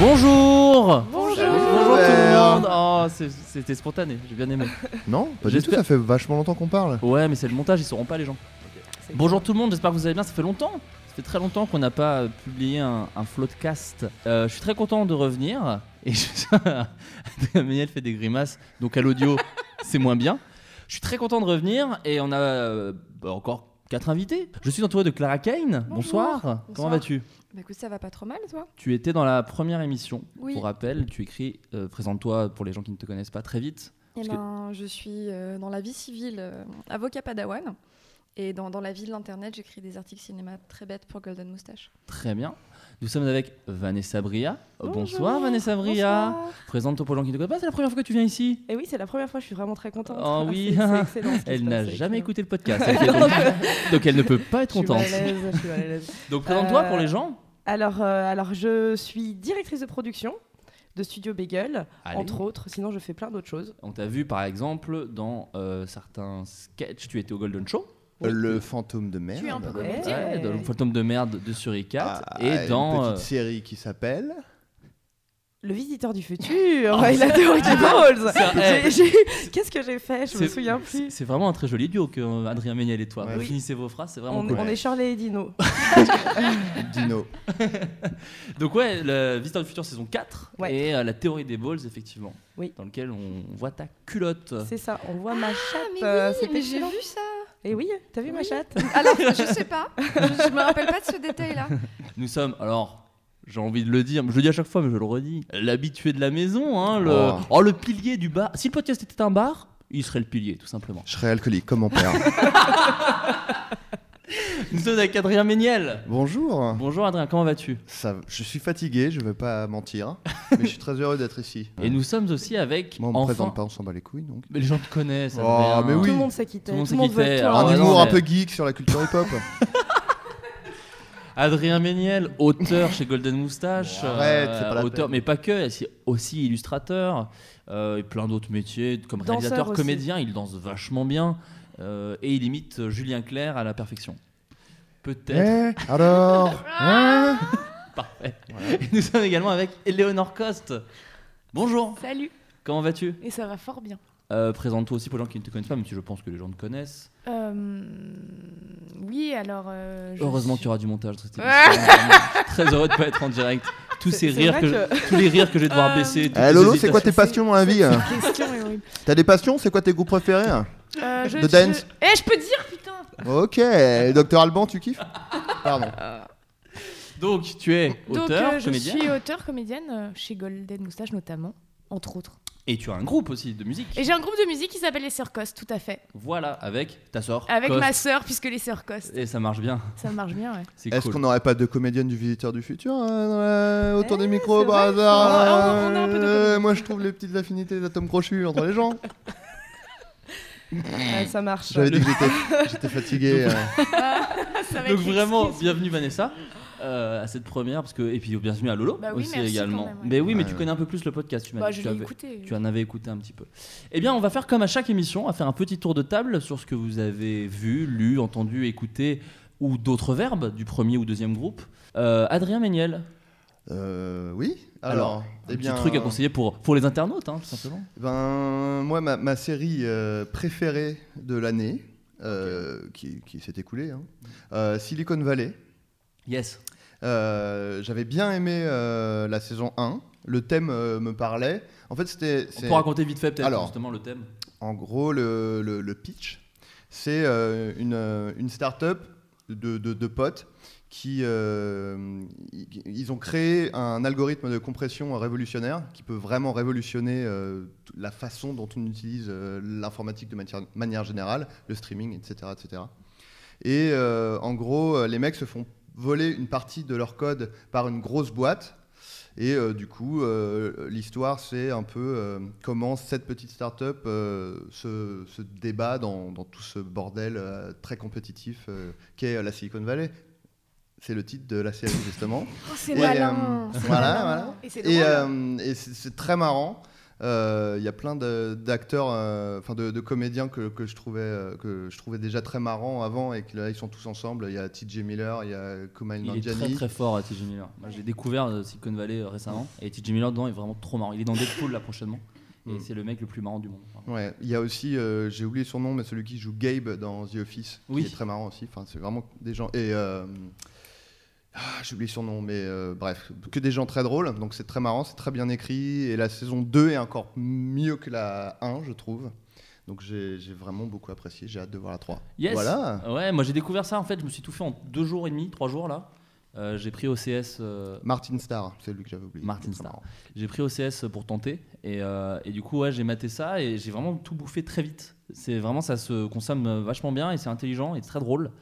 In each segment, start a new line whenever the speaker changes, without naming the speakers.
Bonjour
Bonjour
Bonjour tout le monde Oh, c'est- c'était spontané, j'ai bien aimé.
Non, pas du tout,
J'espère-
ça fait vachement longtemps qu'on parle.
Ouais, mais c'est le montage, ils sauront pas les gens. Bonjour tout le monde, j'espère que vous allez bien, ça fait longtemps ça fait très longtemps qu'on n'a pas euh, publié un, un floodcast. Euh, je suis très content de revenir. Et je... Méniel fait des grimaces, donc à l'audio, c'est moins bien. Je suis très content de revenir et on a euh, bah, encore quatre invités. Je suis entouré de Clara Kane. Bonsoir. Comment
Bonsoir.
vas-tu
Bah écoute, ça va pas trop mal, toi
Tu étais dans la première émission.
Oui.
Pour rappel, tu écris euh, Présente-toi pour les gens qui ne te connaissent pas très vite.
Eh
Parce que-
ben, je suis euh, dans la vie civile, euh, avocat padawan. Et dans, dans la vie de l'Internet, j'écris des articles cinéma très bêtes pour Golden Moustache.
Très bien. Nous sommes avec Vanessa Bria. Euh,
Bonjour.
Bonsoir Vanessa Bria.
Bonsoir.
Présente-toi pour les gens qui ne te connaissent pas, c'est la première fois que tu viens ici.
Et Eh oui, c'est la première fois, je suis vraiment très contente.
Oh oui.
C'est- c'est excellent ce qui se
Elle n'a
passe, c'est
jamais
excellent.
écouté le podcast. elle fait donc, donc elle ne peut pas être
Je suis mal
contente.
à l'aise, je suis mal à l'aise.
Donc présente-toi
Euh,
pour les gens.
Alors, euh, alors, je suis directrice de production de Studio Bagel,
Allez.
entre autres. Sinon, je fais plein d'autres choses.
On t'a vu par exemple dans euh, certains sketchs, tu étais au Golden Show.
Oui.
Euh, Le fantôme de merde.
Tu es un peu
Ouais.
Eh.
Ouais, dans le fantôme de merde de Suricat.
Ah,
et
Une
dans... euh,
petite série qui s'appelle.
Le visiteur du futur, et la théorie du balls.
Oh. C'est-
J'ai- j'ai- Qu'est-ce que j'ai fait Je me
C'est-
souviens
euh,
plus.
C'est vraiment un très joli duo que euh, Adrien Méniel et toi.
Ouais.
Vous Finissez vos phrases, c'est vraiment
On,
cool.
on est Shirley et Dino.
Dino.
Donc ouais, le Visiteur du futur saison 4
Ouais.
et euh, la théorie des balls effectivement.
Oui.
Dans lequel on voit ta culotte.
C'est ça, on
Ah,
voit ma chatte.
Ah, mais
euh,
oui,
c'était
mais j'ai
excellent.
vu ça
Et oui, t'as vu ma
Oui.
chatte
Alors, je sais pas, je, je me rappelle pas de ce détail-là.
Nous sommes alors j'ai envie de le dire, je le dis à chaque fois, mais je le redis. L'habitué de la maison, hein, le,
Oh.
oh. le pilier du bar. Si le podcast était un bar, il serait le pilier, tout simplement.
Je serais alcoolique comme mon père.
Nous sommes avec Adrien Méniel.
Bonjour.
Bonjour Adrien, comment vas-tu
Ça, je suis fatigué, je vais pas mentir. mais je suis très heureux d'être ici.
Et nous sommes aussi avec.
Moi, on me
enfin-
présente pas, on s'en bat les couilles donc.
Mais les gens te connaissent.
Oh,
Adrien.
mais oui.
Tout le monde s'est
Tout
quitté.
le monde s'est
veut
quitté,
toi.
alors, Ah,
un
ouais,
humour
non,
un
mais-
peu geek sur la culture hip-hop.
Adrien Méniel, auteur chez Golden Moustache. euh,
Bon, arrête, c'est pas la
auteur,
peine.
mais pas que, aussi- aussi illustrateur euh, et plein d'autres métiers, comme
Danseur
réalisateur,
aussi.
comédien. Il danse vachement bien euh, et il imite euh, Julien Clerc à la perfection. Peut-être.
Eh, alors hein
Parfait. Et nous sommes également avec Eleonore Coste. Bonjour,
Salut
comment vas-tu
Et ça va fort bien.
Euh, Présente-toi aussi pour les gens qui ne te connaissent pas, même si je pense que les gens te connaissent.
Euh, oui, alors... euh, je
Heureusement qu'il
suis-
y aura du montage dans cette émission, vraiment. Je suis Très heureux de pas être en direct. Tous ces
C'est- c'est
rires
vrai
que, je- tous les rires que je vais devoir
Euh,
baisser. toutes
Eh,
les
Lolo, c'est
hésitations.
quoi tes passions dans la vie hein
Cette question est horrible.
T'as des passions C'est quoi tes groupes préférés
Euh, je-
The Dance.
je- Eh, je peux dire, putain
Ok, Docteur Alban, tu kiffes Pardon.
Donc, tu es
Donc,
auteur,
euh, je
comédien,
suis auteur, comédienne, euh, chez Golden Moustache notamment, entre autres.
et tu as un groupe aussi de musique.
Et j'ai un groupe de musique qui s'appelle Les Sœurs Coste, tout à fait.
Voilà, avec ta sœur.
Avec
Coste.
ma sœur, puisque Les Sœurs Coste.
Et ça marche bien.
Ça marche bien, ouais.
C'est
Est-ce
cool.
qu'on n'aurait pas de comédiennes du Visiteur du Futur euh, dans la- autour des micros
Eh, c'est
par
vrai, Oh,
hasard
on a- on a un peu de
Euh, Moi je trouve les petites affinités d'atomes crochus entre les gens.
Ouais, ça marche.
J'avais dit que j'étais- j'étais fatigué. euh.
Ça va
Donc
être
vraiment,
excuse.
bienvenue Vanessa euh, à cette première parce que et puis bienvenue à Lolo
Bah oui,
aussi
merci
également.
quand même, ouais.
Mais oui, mais
Ouais,
tu
ouais.
connais un peu plus le podcast. Tu m'as
Bah,
dit que
je
tu
l'ai
avais-
écouté.
Tu en avais écouté un petit peu. Eh bien, on va faire comme à chaque émission, on va faire un petit tour de table sur ce que vous avez vu, lu, entendu, écouté ou d'autres verbes du premier ou deuxième groupe. Euh, Adrien Méniel,
Euh, oui.
Alors,
Alors, eh
un
bien,
petit truc à conseiller pour, pour les internautes, hein, tout simplement.
Ben moi ma, ma série euh, préférée de l'année euh, qui, qui s'est écoulée, hein, euh, Silicon Valley.
Yes.
Euh, J'avais bien aimé euh, la saison 1. Le thème euh, me parlait. En fait c'était.
On
c'est-
peut raconter vite fait peut-être
Alors.
justement le thème.
En gros, le, le- le pitch, c'est euh, une, euh, une start-up de, de- de potes qui euh, i- ils ont créé un algorithme de compression révolutionnaire qui peut vraiment révolutionner euh, t- la façon dont on utilise euh, l'informatique de matière- manière générale, le streaming, etc. etc. Et euh, en gros, euh, les mecs se font voler une partie de leur code par une grosse boîte. Et euh, du coup, euh, l'histoire, c'est un peu euh, comment cette petite start-up euh, se, se débat dans, dans tout ce bordel euh, très compétitif euh, qu'est euh, la Silicon Valley. C'est le titre de la série, justement.
Oh, c'est
Et,
malin
euh, voilà, voilà.
hein.
Et c'est drôle.
Et, euh, et c'est c'est très marrant. Euh, Il y a plein de- d'acteurs, euh, enfin de, de comédiens que, que je trouvais, euh, que je trouvais déjà très marrants avant et que là ils sont tous ensemble. Il y a TJ Miller, il y a Kumail
Il est
Nanjiani.
très très fort à TJ Miller. Moi j'ai découvert euh, Silicon Valley euh, récemment et TJ Miller dedans est vraiment trop marrant. Il est dans Deadpool là prochainement et
Mm.
c'est le mec le plus marrant du monde. vraiment.
Ouais, il y a aussi, euh, j'ai oublié son nom, mais celui qui joue Gabe dans The Office,
Oui.
qui est très marrant aussi. Enfin, c'est vraiment des gens. Et euh, ah, j'ai oublié son nom, mais euh, bref, que des gens très drôles. Donc c'est très marrant, c'est très bien écrit. Et la saison 2 est encore mieux que la 1, je trouve. Donc j'ai j'ai vraiment beaucoup apprécié. J'ai hâte de voir la 3.
Yes.
Voilà.
Ouais, moi j'ai découvert ça en fait. Je me suis tout fait en deux jours et demi, trois jours là. Euh, j'ai pris OCS. euh,
Martin Starr, c'est lui que j'avais oublié.
Martin
C'est très
Starr.
marrant.
J'ai pris OCS pour tenter et, euh, et du coup ouais, j'ai maté ça et j'ai vraiment tout bouffé très vite. C'est vraiment ça se consomme euh, vachement bien et c'est intelligent et très drôle.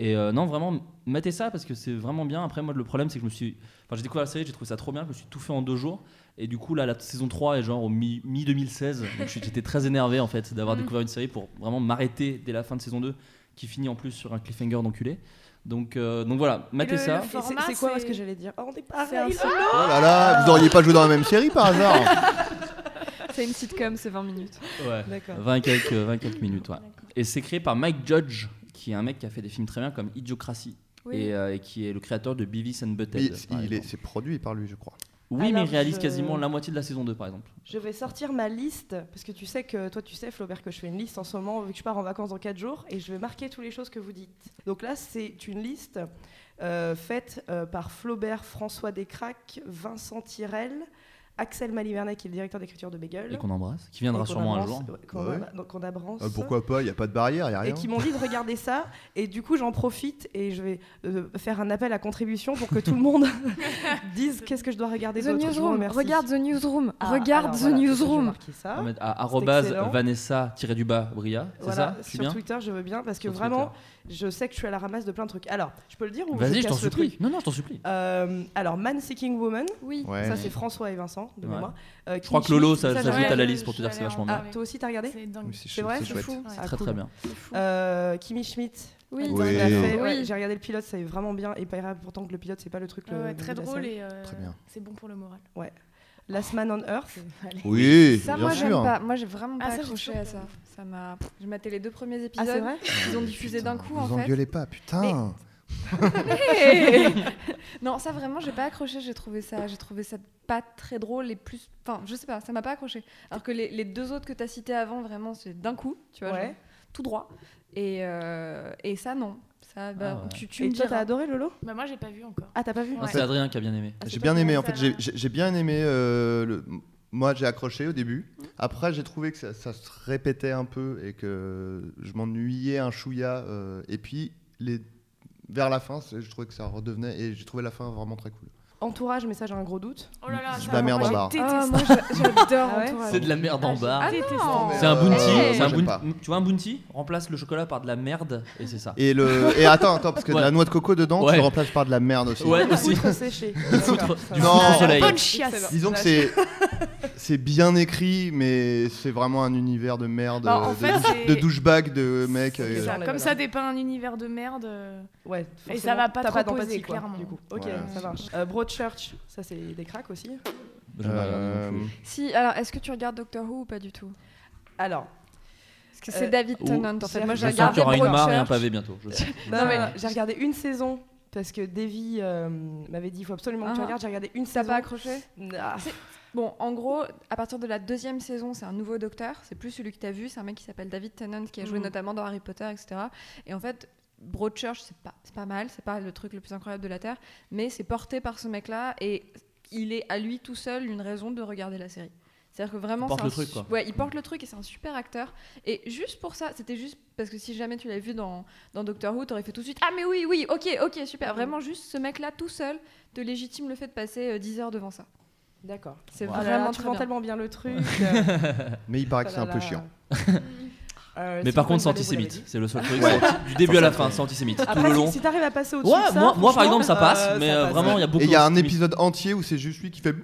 Et euh, non vraiment matez ça parce que c'est vraiment bien. Après moi le problème c'est que je me suis enfin j'ai découvert la série, j'ai trouvé ça trop bien, je me suis tout fait en deux jours et du coup là la saison 3 est genre au mi- mi-2016 donc je suis- j'étais très énervé en fait d'avoir
Mm.
découvert une série pour vraiment m'arrêter dès la fin de saison 2 qui finit en plus sur un cliffhanger d'enculé. Donc euh, donc voilà, matez
le-
ça.
le
Et c'est-
Format,
C'est quoi
c'est-
ce que j'allais dire Oh, On est
Ah,
C'est un
pareil.
seul-
Oh là là, vous auriez pas joué dans la même série par hasard
C'est une sitcom, c'est 20 minutes.
Ouais.
D'accord.
20 quelques, 20 quelques minutes, ouais. Et c'est créé par Mike Judge, qui est un mec qui a fait des films très bien comme Idiocratie. Et, euh, et qui est le créateur de Beavis and Butthead.
Il-
par
il est-
exemple.
C'est produit par lui, je crois.
Oui, mais
Alors,
il réalise
je-
quasiment la moitié de la saison 2, par exemple.
Je vais sortir ma liste, parce que tu sais que toi, tu sais, Flaubert, que je fais une liste en ce moment, vu que je pars en vacances dans 4 jours, et je vais marquer toutes les choses que vous dites. Donc là, c'est une liste euh, faite euh, par Flaubert, François Descraques, Vincent Tirel, Axel Malivernet, qui est le directeur d'écriture de Beagle.
Et qu'on embrasse, qui viendra
Et qu'on
sûrement un
avance-
jour.
ouais, qu'on
Ouais.
ab- donc qu'on abrance.
Euh, pourquoi pas Il n'y a pas hein. de barrière, il n'y a rien.
et qui m'ont dit de regarder ça. Et du coup, j'en profite et je vais euh, faire un appel à contribution pour que tout le monde dise qu'est-ce que je dois regarder
The
d'autre. Je vous
Newsroom,
remercie.
regarde The Newsroom,
Ah,
regarde
alors
The
voilà, je vais
Newsroom.
marquer ça.
On va mettre à arrobase
Ah, excellent.
vanessa-du-bas bria, c'est ça
Voilà,
Je suis
sur
bien
Twitter, je veux bien parce que
Sur Twitter.
vraiment, je sais que je suis à la ramasse de plein de trucs. Alors, je peux le dire ou
Vas-y, je
casse
t'en
le
supplie.
truc
Non, non, je t'en supplie.
Euh, alors, Man Seeking Woman,
Oui.
Ouais.
ça c'est François et Vincent de
Ouais.
mémoire. Euh,
Je crois
Kimchi,
que Lolo, ça
ça,
j'avais-
s'ajoute à la
Ouais,
liste pour te
je
dire que c'est
l'avais
vachement
en-
bien.
ah,
toi aussi t'as regardé
C'est dingue.
Oui,
C'est vrai,
chou-
c'est
chouette.
fou.
Ah,
Très
cool.
très bien.
Euh, Kimi Schmidt,
Oui.
on l'a
Oui.
fait. Ouais,
Oui.
J'ai regardé le pilote, c'est vraiment bien. Et pas grave, pourtant que le pilote, c'est pas le truc le
Ouais,
le
très
de la
drôle
série.
et euh,
Très bien.
c'est bon pour le moral.
Last Man on Earth.
Allez.
Oui,
Ça,
bien
moi, j'aime
sûr.
pas. Moi, j'ai vraiment pas
Ah, ça, j'ai
accroché
toujours
à
pas
ça.
vu.
Ça m'a. Je matais les deux premiers
Ah, c'est
épisodes.
vrai
Ils ont diffusé d'un coup,
vous
en fait.
engueulez pas, putain.
non, ça vraiment, j'ai pas accroché. J'ai trouvé ça, j'ai trouvé ça pas très drôle et plus. Enfin, je sais pas, ça m'a pas accroché. Alors que les, les deux autres que t'as cités avant, vraiment, c'est d'un coup, tu vois, genre,
Ouais.
tout droit. Et, euh, et ça, non. Ça, bah,
Ah ouais.
tu, tu
Et
me
toi, t'as
diras.
adoré Lolo
Bah, moi, j'ai pas vu encore.
Ah, t'as pas vu
Ah,
Ouais.
C'est Adrien qui a bien aimé.
Ah, c'est
J'ai
pas
bien
bien
aimé
ça,
en fait.
là.
J'ai j'ai- j'ai bien aimé. euh, le... Moi, j'ai accroché au début. Après, j'ai trouvé que ça, ça se répétait un peu et que je m'ennuyais un chouïa. euh, et puis, les... vers la fin, c'est- je trouvais que ça redevenait. Et j'ai trouvé la fin vraiment très cool.
Entourage, mais ça, j'ai un gros doute.
Oh là là,
C'est
ça,
de la merde
moi,
en
j'ai
barre.
détesté
Ah,
ça.
moi, j'a- j'adore.
Ah eh. ouais
Entourage.
C'est de la merde en bas.
Ah, j'ai détesté
non.
ça.
Non, mais-
C'est un
Euh,
bounty.
moi,
c'est un
j'aime pas.
bounty. Tu vois, un bounty remplace le chocolat par de la merde et c'est ça.
Et, le... et attends, attends, parce que
Ouais.
la noix de coco dedans, tu
Ouais.
le remplaces par de la merde aussi.
Ouais, aussi.
Ah, Outre séché.
Foutre
D'accord, ça
du
va.
Non.
foutre au
Ah,
soleil.
Bonne chiasse.
Excellent.
Disons que c'est c'est bien écrit, mais c'est vraiment un univers de merde, euh,
Bah, en
de,
fait,
douche- de
c'est-
douchebag, de mec.
C'est
euh,
ça,
Genre,
Comme
là,
ça dépeint un univers de merde. euh,
Ouais,
Et
forcément,
ça va pas
t'as
trop
pas d'empathie,
poser,
quoi,
clairement.
Du coup. Ok,
Voilà.
ça marche. Euh, Broadchurch, ça c'est des cracks aussi.
J'en ai pas regardé non
euh,
plus.
Si, alors, est-ce que tu regardes Doctor Who ou pas du tout
Alors,
Parce que c'est
Euh,
David
ou-
Tennant, en fait. Moi,
Je
j'ai
Je sens
sens
regardé
qu'il y aura une mare et un
Broadchurch.
pavé bientôt. je sais.
non,
Non,
mais
mais-
bah, j'ai regardé une saison parce que Davy euh, m'avait dit il faut absolument que tu
Ah.
regardes. J'ai regardé une
T'as
saison.
pas accroché
Ah,
Bon, en gros, à partir de la deuxième saison, c'est un nouveau docteur. C'est plus celui que t'as vu. C'est un mec qui s'appelle David Tennant, qui a joué
Mm.
Mhm.
notamment dans Harry Potter, etc. Et en fait, Broadchurch, c'est pas, c'est pas mal. C'est pas le truc le plus incroyable de la Terre. Mais c'est porté par ce mec-là. Et il est à lui tout seul une raison de regarder la série. C'est-à-dire que vraiment.
Il porte
c'est un
le truc,
su-
quoi. Mm.
Ouais, il porte le truc et c'est un super acteur. Et juste pour ça, c'était juste parce que si jamais tu l'avais vu dans, dans Doctor Who, t'aurais fait tout de suite Ah, mais oui, oui, ok, ok, super. Vraiment, juste ce mec-là tout seul te légitime le fait de passer euh, 10 heures devant ça.
D'accord.
C'est
Wow.
Ah là là,
vraiment
tu
très
vends
bien.
tellement bien le truc. Oh
mais il paraît
Oh
que c'est un peu chiant.
Euh,
Mais par contre, c'est antisémite. C'est le seul truc.
Ouais.
c'est- Du début à la fin, c'est antisémite. Tout le
Après,
long.
Ah, bah, si- si t'arrives à passer au-dessus
Ouais,
de ça,
moi, moi, par exemple, ça
franchement,
passe,
euh,
mais
ça
euh,
passe.
vraiment, il y a beaucoup
Et il y a un
d'antisémites.
épisode entier où c'est juste lui qui fait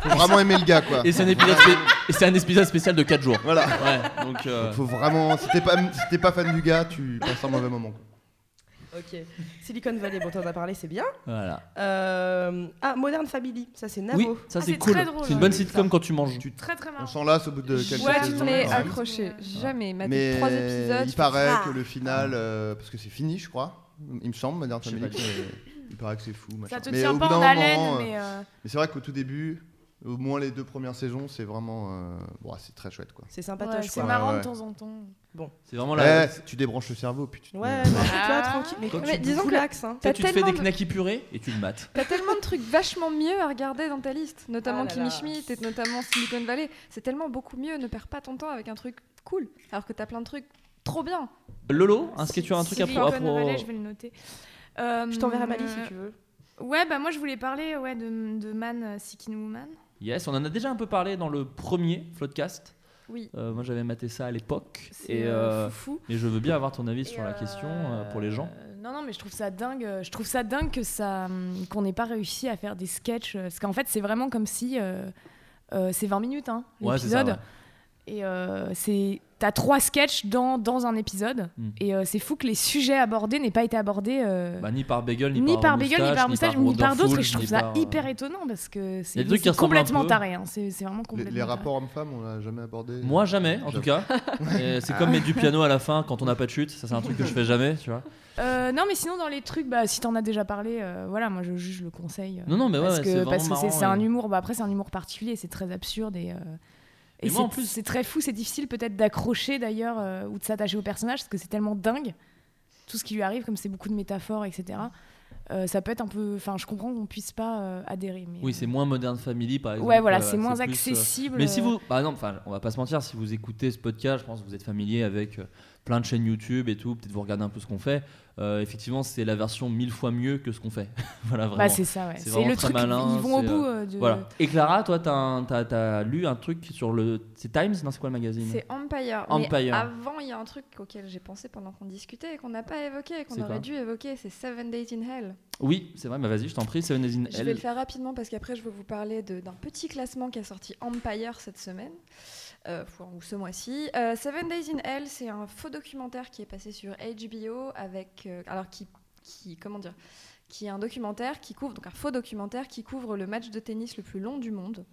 Faut vraiment aimer le gars, quoi.
Et c'est un épisode, spé- et c'est un épisode spécial de 4 jours.
Voilà.
Ouais, donc. euh,
Faut vraiment. Si t'es pas, si t'es pas fan du gars, tu passes un mauvais moment. quoi.
Ok. Silicon Valley, bon, t'en as parlé, c'est bien.
Voilà.
Euh, Ah, Modern Family, ça c'est Navo.
Oui, ça
Ah,
c'est
c'est
cool.
très drôle,
C'est une
ouais.
bonne sitcom quand tu manges.
Tu-
Très très marrant.
On s'en lasse au bout de quelques
Ouais,
Jamais
saisons.
mais
Ouais.
à-
accroché, jamais. Maté
Mais
trois épisodes.
il paraît
Ah.
que le final, euh, parce que c'est fini, je crois, il me semble, Modern
Je sais
Family,
pas
mais il paraît que c'est fou. machin.
Ça te
mais
tient
au
pas
bout
en
d'un
haleine,
moment, euh,
mais. euh,
mais c'est vrai qu'au tout début, au moins les deux premières saisons, c'est vraiment, euh, bon, c'est très chouette, quoi.
C'est
ouais,
sympatoche,
c'est
quoi.
Ouais,
marrant
ouais.
de temps en temps.
C'est vraiment la.
Eh, tu débranches le cerveau, puis tu te
Ouais,
mets-
non, tu vois,
Ah.
tranquille. Mais,
Quand
mais
tu
disons
bouffes
que
la-
l'axe, hein.
Tu sais, tu te fais
tellement
des
de-
knackis purés et tu le mates.
T'as tellement de trucs vachement mieux à regarder dans ta liste, notamment
Ah là
Kimmy
là.
Schmidt et notamment Silicon Valley. C'est tellement beaucoup mieux. Ne perds pas ton temps avec un truc cool, alors que t'as plein de trucs trop bien.
Lolo, est-ce que tu as un truc à pro- à
Silicon Valley,
pro-
je vais le noter. Euh,
Je t'enverrai ma
Hmm.
liste si tu veux.
Ouais, bah moi je voulais parler ouais, de, de Man euh, Seeking Woman.
Yes, on en a déjà un peu parlé dans le premier Floodcast.
Oui.
Euh, moi j'avais maté ça à l'époque.
C'est
Et,
euh,
euh,
foufou.
mais je veux bien avoir ton avis
Et,
sur la
euh,
question euh, pour les gens.
euh, Non, non, mais je trouve ça dingue. euh, Je trouve ça dingue que ça, hum, qu'on n'ait pas réussi à faire des sketchs. euh, Parce qu'en fait, c'est vraiment comme si euh, euh, c'est 20 minutes, hein,
Ouais, c'est ça,
l'épisode. Et euh, c'est, t'as trois sketchs dans, dans un épisode.
Mm.
Et euh, c'est fou que les sujets abordés n'aient pas été abordés. euh,
Bah, ni par Bagel, ni,
ni par Beagle,
Moustache,
ni par Moustache, ni par d'autres, et je trouve
ni
ça
par, euh,
hyper étonnant parce que
y a
c'est
des trucs qui
c'est
ressemblent un
complètement
peu.
taré. hein, C'est c'est vraiment
Les,
complètement.
les
taré.
rapports hommes-femmes, on l'a jamais abordé.
Moi jamais, en tout cas. Et C'est comme mettre du piano à la fin quand on n'a pas de chute. Ça c'est un truc que je fais jamais, tu vois.
Euh, non, mais sinon, dans les trucs, bah, si t'en as déjà parlé, euh, voilà, moi je juge le conseil. euh,
Non non mais ouais,
parce
ouais,
que
c'est
parce que
vraiment
c'est c'est
marrant,
un
et-
humour. Bah, après, c'est un humour particulier, c'est très absurde et. euh,
Mais
et
moi, en
c'est
plus-
c'est très fou, c'est difficile peut-être d'accrocher d'ailleurs euh, ou de s'attacher au personnage parce que c'est tellement dingue tout ce qui lui arrive, comme c'est beaucoup de métaphores, etc. euh, ça peut être un peu. Enfin, je comprends qu'on puisse pas euh, adhérer. Mais,
Oui, c'est moins Modern Family par exemple.
Ouais, voilà,
euh,
c'est moins
plus, euh,
accessible.
Mais si
euh,
vous, par exemple, enfin, on va pas se mentir, si vous écoutez ce podcast, je pense que vous êtes familier avec euh, plein de chaînes YouTube et tout. Peut-être vous regardez un peu ce qu'on fait. Euh, effectivement, c'est la version mille fois mieux que ce qu'on fait. voilà vraiment.
Bah, c'est ça, ouais.
C'est
C'est
vraiment
le
très
truc.
malin,
ils vont au
c'est,
bout euh, de.
Voilà. Et Clara, toi, t'as un- t'as t'as lu un truc sur le. C'est Times Non, c'est quoi le magazine
C'est Empire. Mais
Empire.
avant, il y a un truc auquel j'ai pensé pendant qu'on discutait et qu'on n'a pas évoqué et qu'on
C'est quoi
aurait dû évoquer, c'est Seven Days in Hell.
Oui, c'est vrai, mais vas-y, je t'en prie, Seven Days in
Je
Hell.
vais le faire rapidement parce qu'après, je veux vous parler de- d'un petit classement qui a sorti Empire cette semaine, euh, enfin, ou ce mois-ci. Euh, Seven Days in Hell, c'est un faux documentaire qui est passé sur HBO avec. euh, alors, qui, qui. Comment dire qui est un documentaire qui couvre, donc un faux documentaire qui couvre le match de tennis le plus long du monde,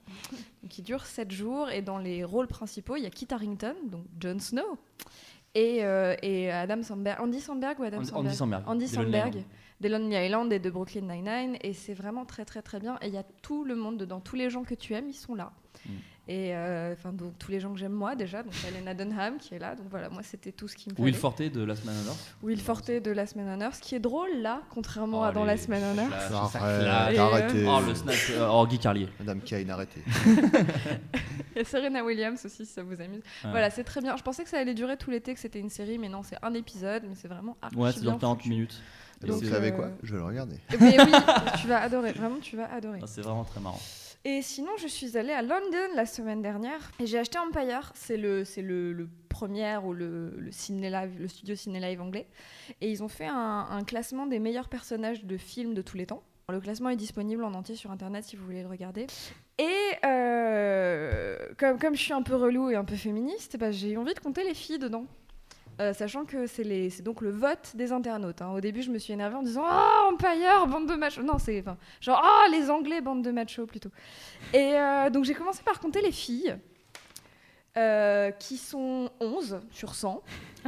qui dure 7 jours. Et dans les rôles principaux, il y a Kit Harington, donc Jon Snow, et, euh, et Adam Sandberg, Andy Sandberg ou Adam
Andy-
Sandberg
Andy Samberg.
Andy
Dylan
Sandberg
Lane.
des Lonely Island et de Brooklyn Nine-Nine. Et c'est vraiment très, très, très bien. Et il y a tout le monde dedans. Tous les gens que tu aimes, ils sont là.
Mm.
Et euh, enfin, donc tous les gens que j'aime moi déjà. Donc il y a Lena Dunham qui est là. Donc voilà, moi c'était tout ce qui me
Will
fallait.
Forte de Last Man on Earth.
Will Forte de La Semaine en Heure. Ce qui est drôle là, contrairement
Oh,
à dans La
les-
Semaine en Heure.
Ah, ça claque.
Bah, Arrête,
Et,
arrêtez.
Oh, le snap. euh, Oh, Guy Carlier.
Madame Kane, arrêtez.
Il y a Serena Williams aussi si ça vous amuse.
Ouais.
Voilà, c'est très bien. Je pensais que ça allait durer tout l'été, que c'était une série, mais non, c'est un épisode, mais c'est vraiment archi
Ouais, c'est
bien
dans 40
foutu.
minutes.
Et donc,
Donc,
vous savez
euh,
quoi Je vais le regarder.
Mais oui, tu vas adorer. Vraiment, tu vas adorer.
Ah, C'est vraiment très marrant.
Et sinon, je suis allée à London la semaine dernière et j'ai acheté Empire. C'est le, c'est le, le premier ou le, le, ciné live, le studio Ciné Live anglais. Et ils ont fait un, un classement des meilleurs personnages de films de tous les temps. Le classement est disponible en entier sur internet si vous voulez le regarder. Et euh, comme, comme je suis un peu relou et un peu féministe, bah, j'ai eu envie de compter les filles dedans. Euh, sachant que c'est les- c'est donc le vote des internautes. hein. Au début, je me suis énervée en disant Ah, Empire, bande de machos. Non, c'est enfin, genre Ah, les Anglais, bande de machos plutôt. Et euh, donc j'ai commencé par compter les filles, euh, qui sont 11 sur 100,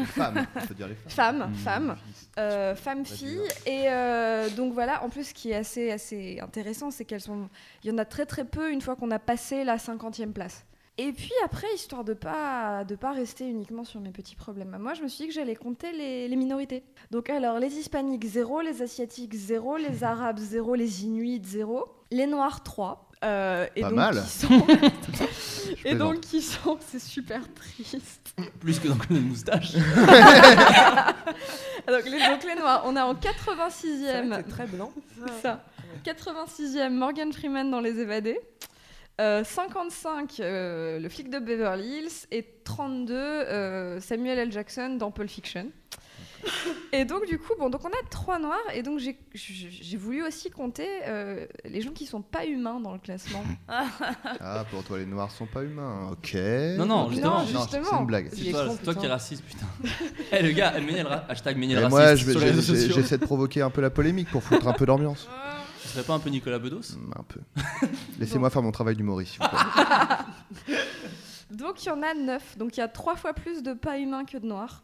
Femme, on peut dire les femmes.
femmes,
Mmh.
femmes, euh, femmes,
Vas-y,
filles. Et euh, donc voilà, en plus ce qui est assez, assez intéressant, c'est qu'elles sont... Il y en a très très peu une fois qu'on a passé la 50e place. Et puis après, histoire de pas de pas rester uniquement sur mes petits problèmes à moi, je me suis dit que j'allais compter les, les minorités. Donc alors les hispaniques 0, les asiatiques 0, les arabes 0, les inuits 0, les noirs 3. euh, et
Pas
donc,
mal.
qui sont-
Je
et
plaisante.
donc, ils sont, c'est super triste.
Plus que dans le moustache.
Ah, Donc les, donc, les noirs, on a en
C'est vrai
86e,
que t'es très blanc.
ça, 86e Morgan Freeman dans Les Évadés, euh, 55 euh, Le flic de Beverly Hills et 32 euh, Samuel L. Jackson dans Pulp Fiction. Et donc, du coup, bon, donc on a trois noirs. Et donc, j'ai- j'ai j'ai voulu aussi compter euh, les gens qui sont pas humains dans le classement.
Ah, pour toi, les noirs sont pas humains. Ok.
Non, non, justement.
Non, c'est
justement.
une blague.
C'est toi, c'est toi qui es raciste, putain. Eh, le gars, Méniel, ra- hashtag Méniel
Et
raciste
moi, je vais-
sur les
j'ai-
réseaux
j'ai-
sociaux.
j'essaie de provoquer un peu la polémique pour foutre un peu d'ambiance.
Ce serait pas un peu Nicolas Bedos
Hmm, Un peu. Laissez-moi faire mon travail d'humoriste. s'il vous plaît.
Donc, il y en a neuf. Donc, il y a trois fois plus de pas humains que de noirs.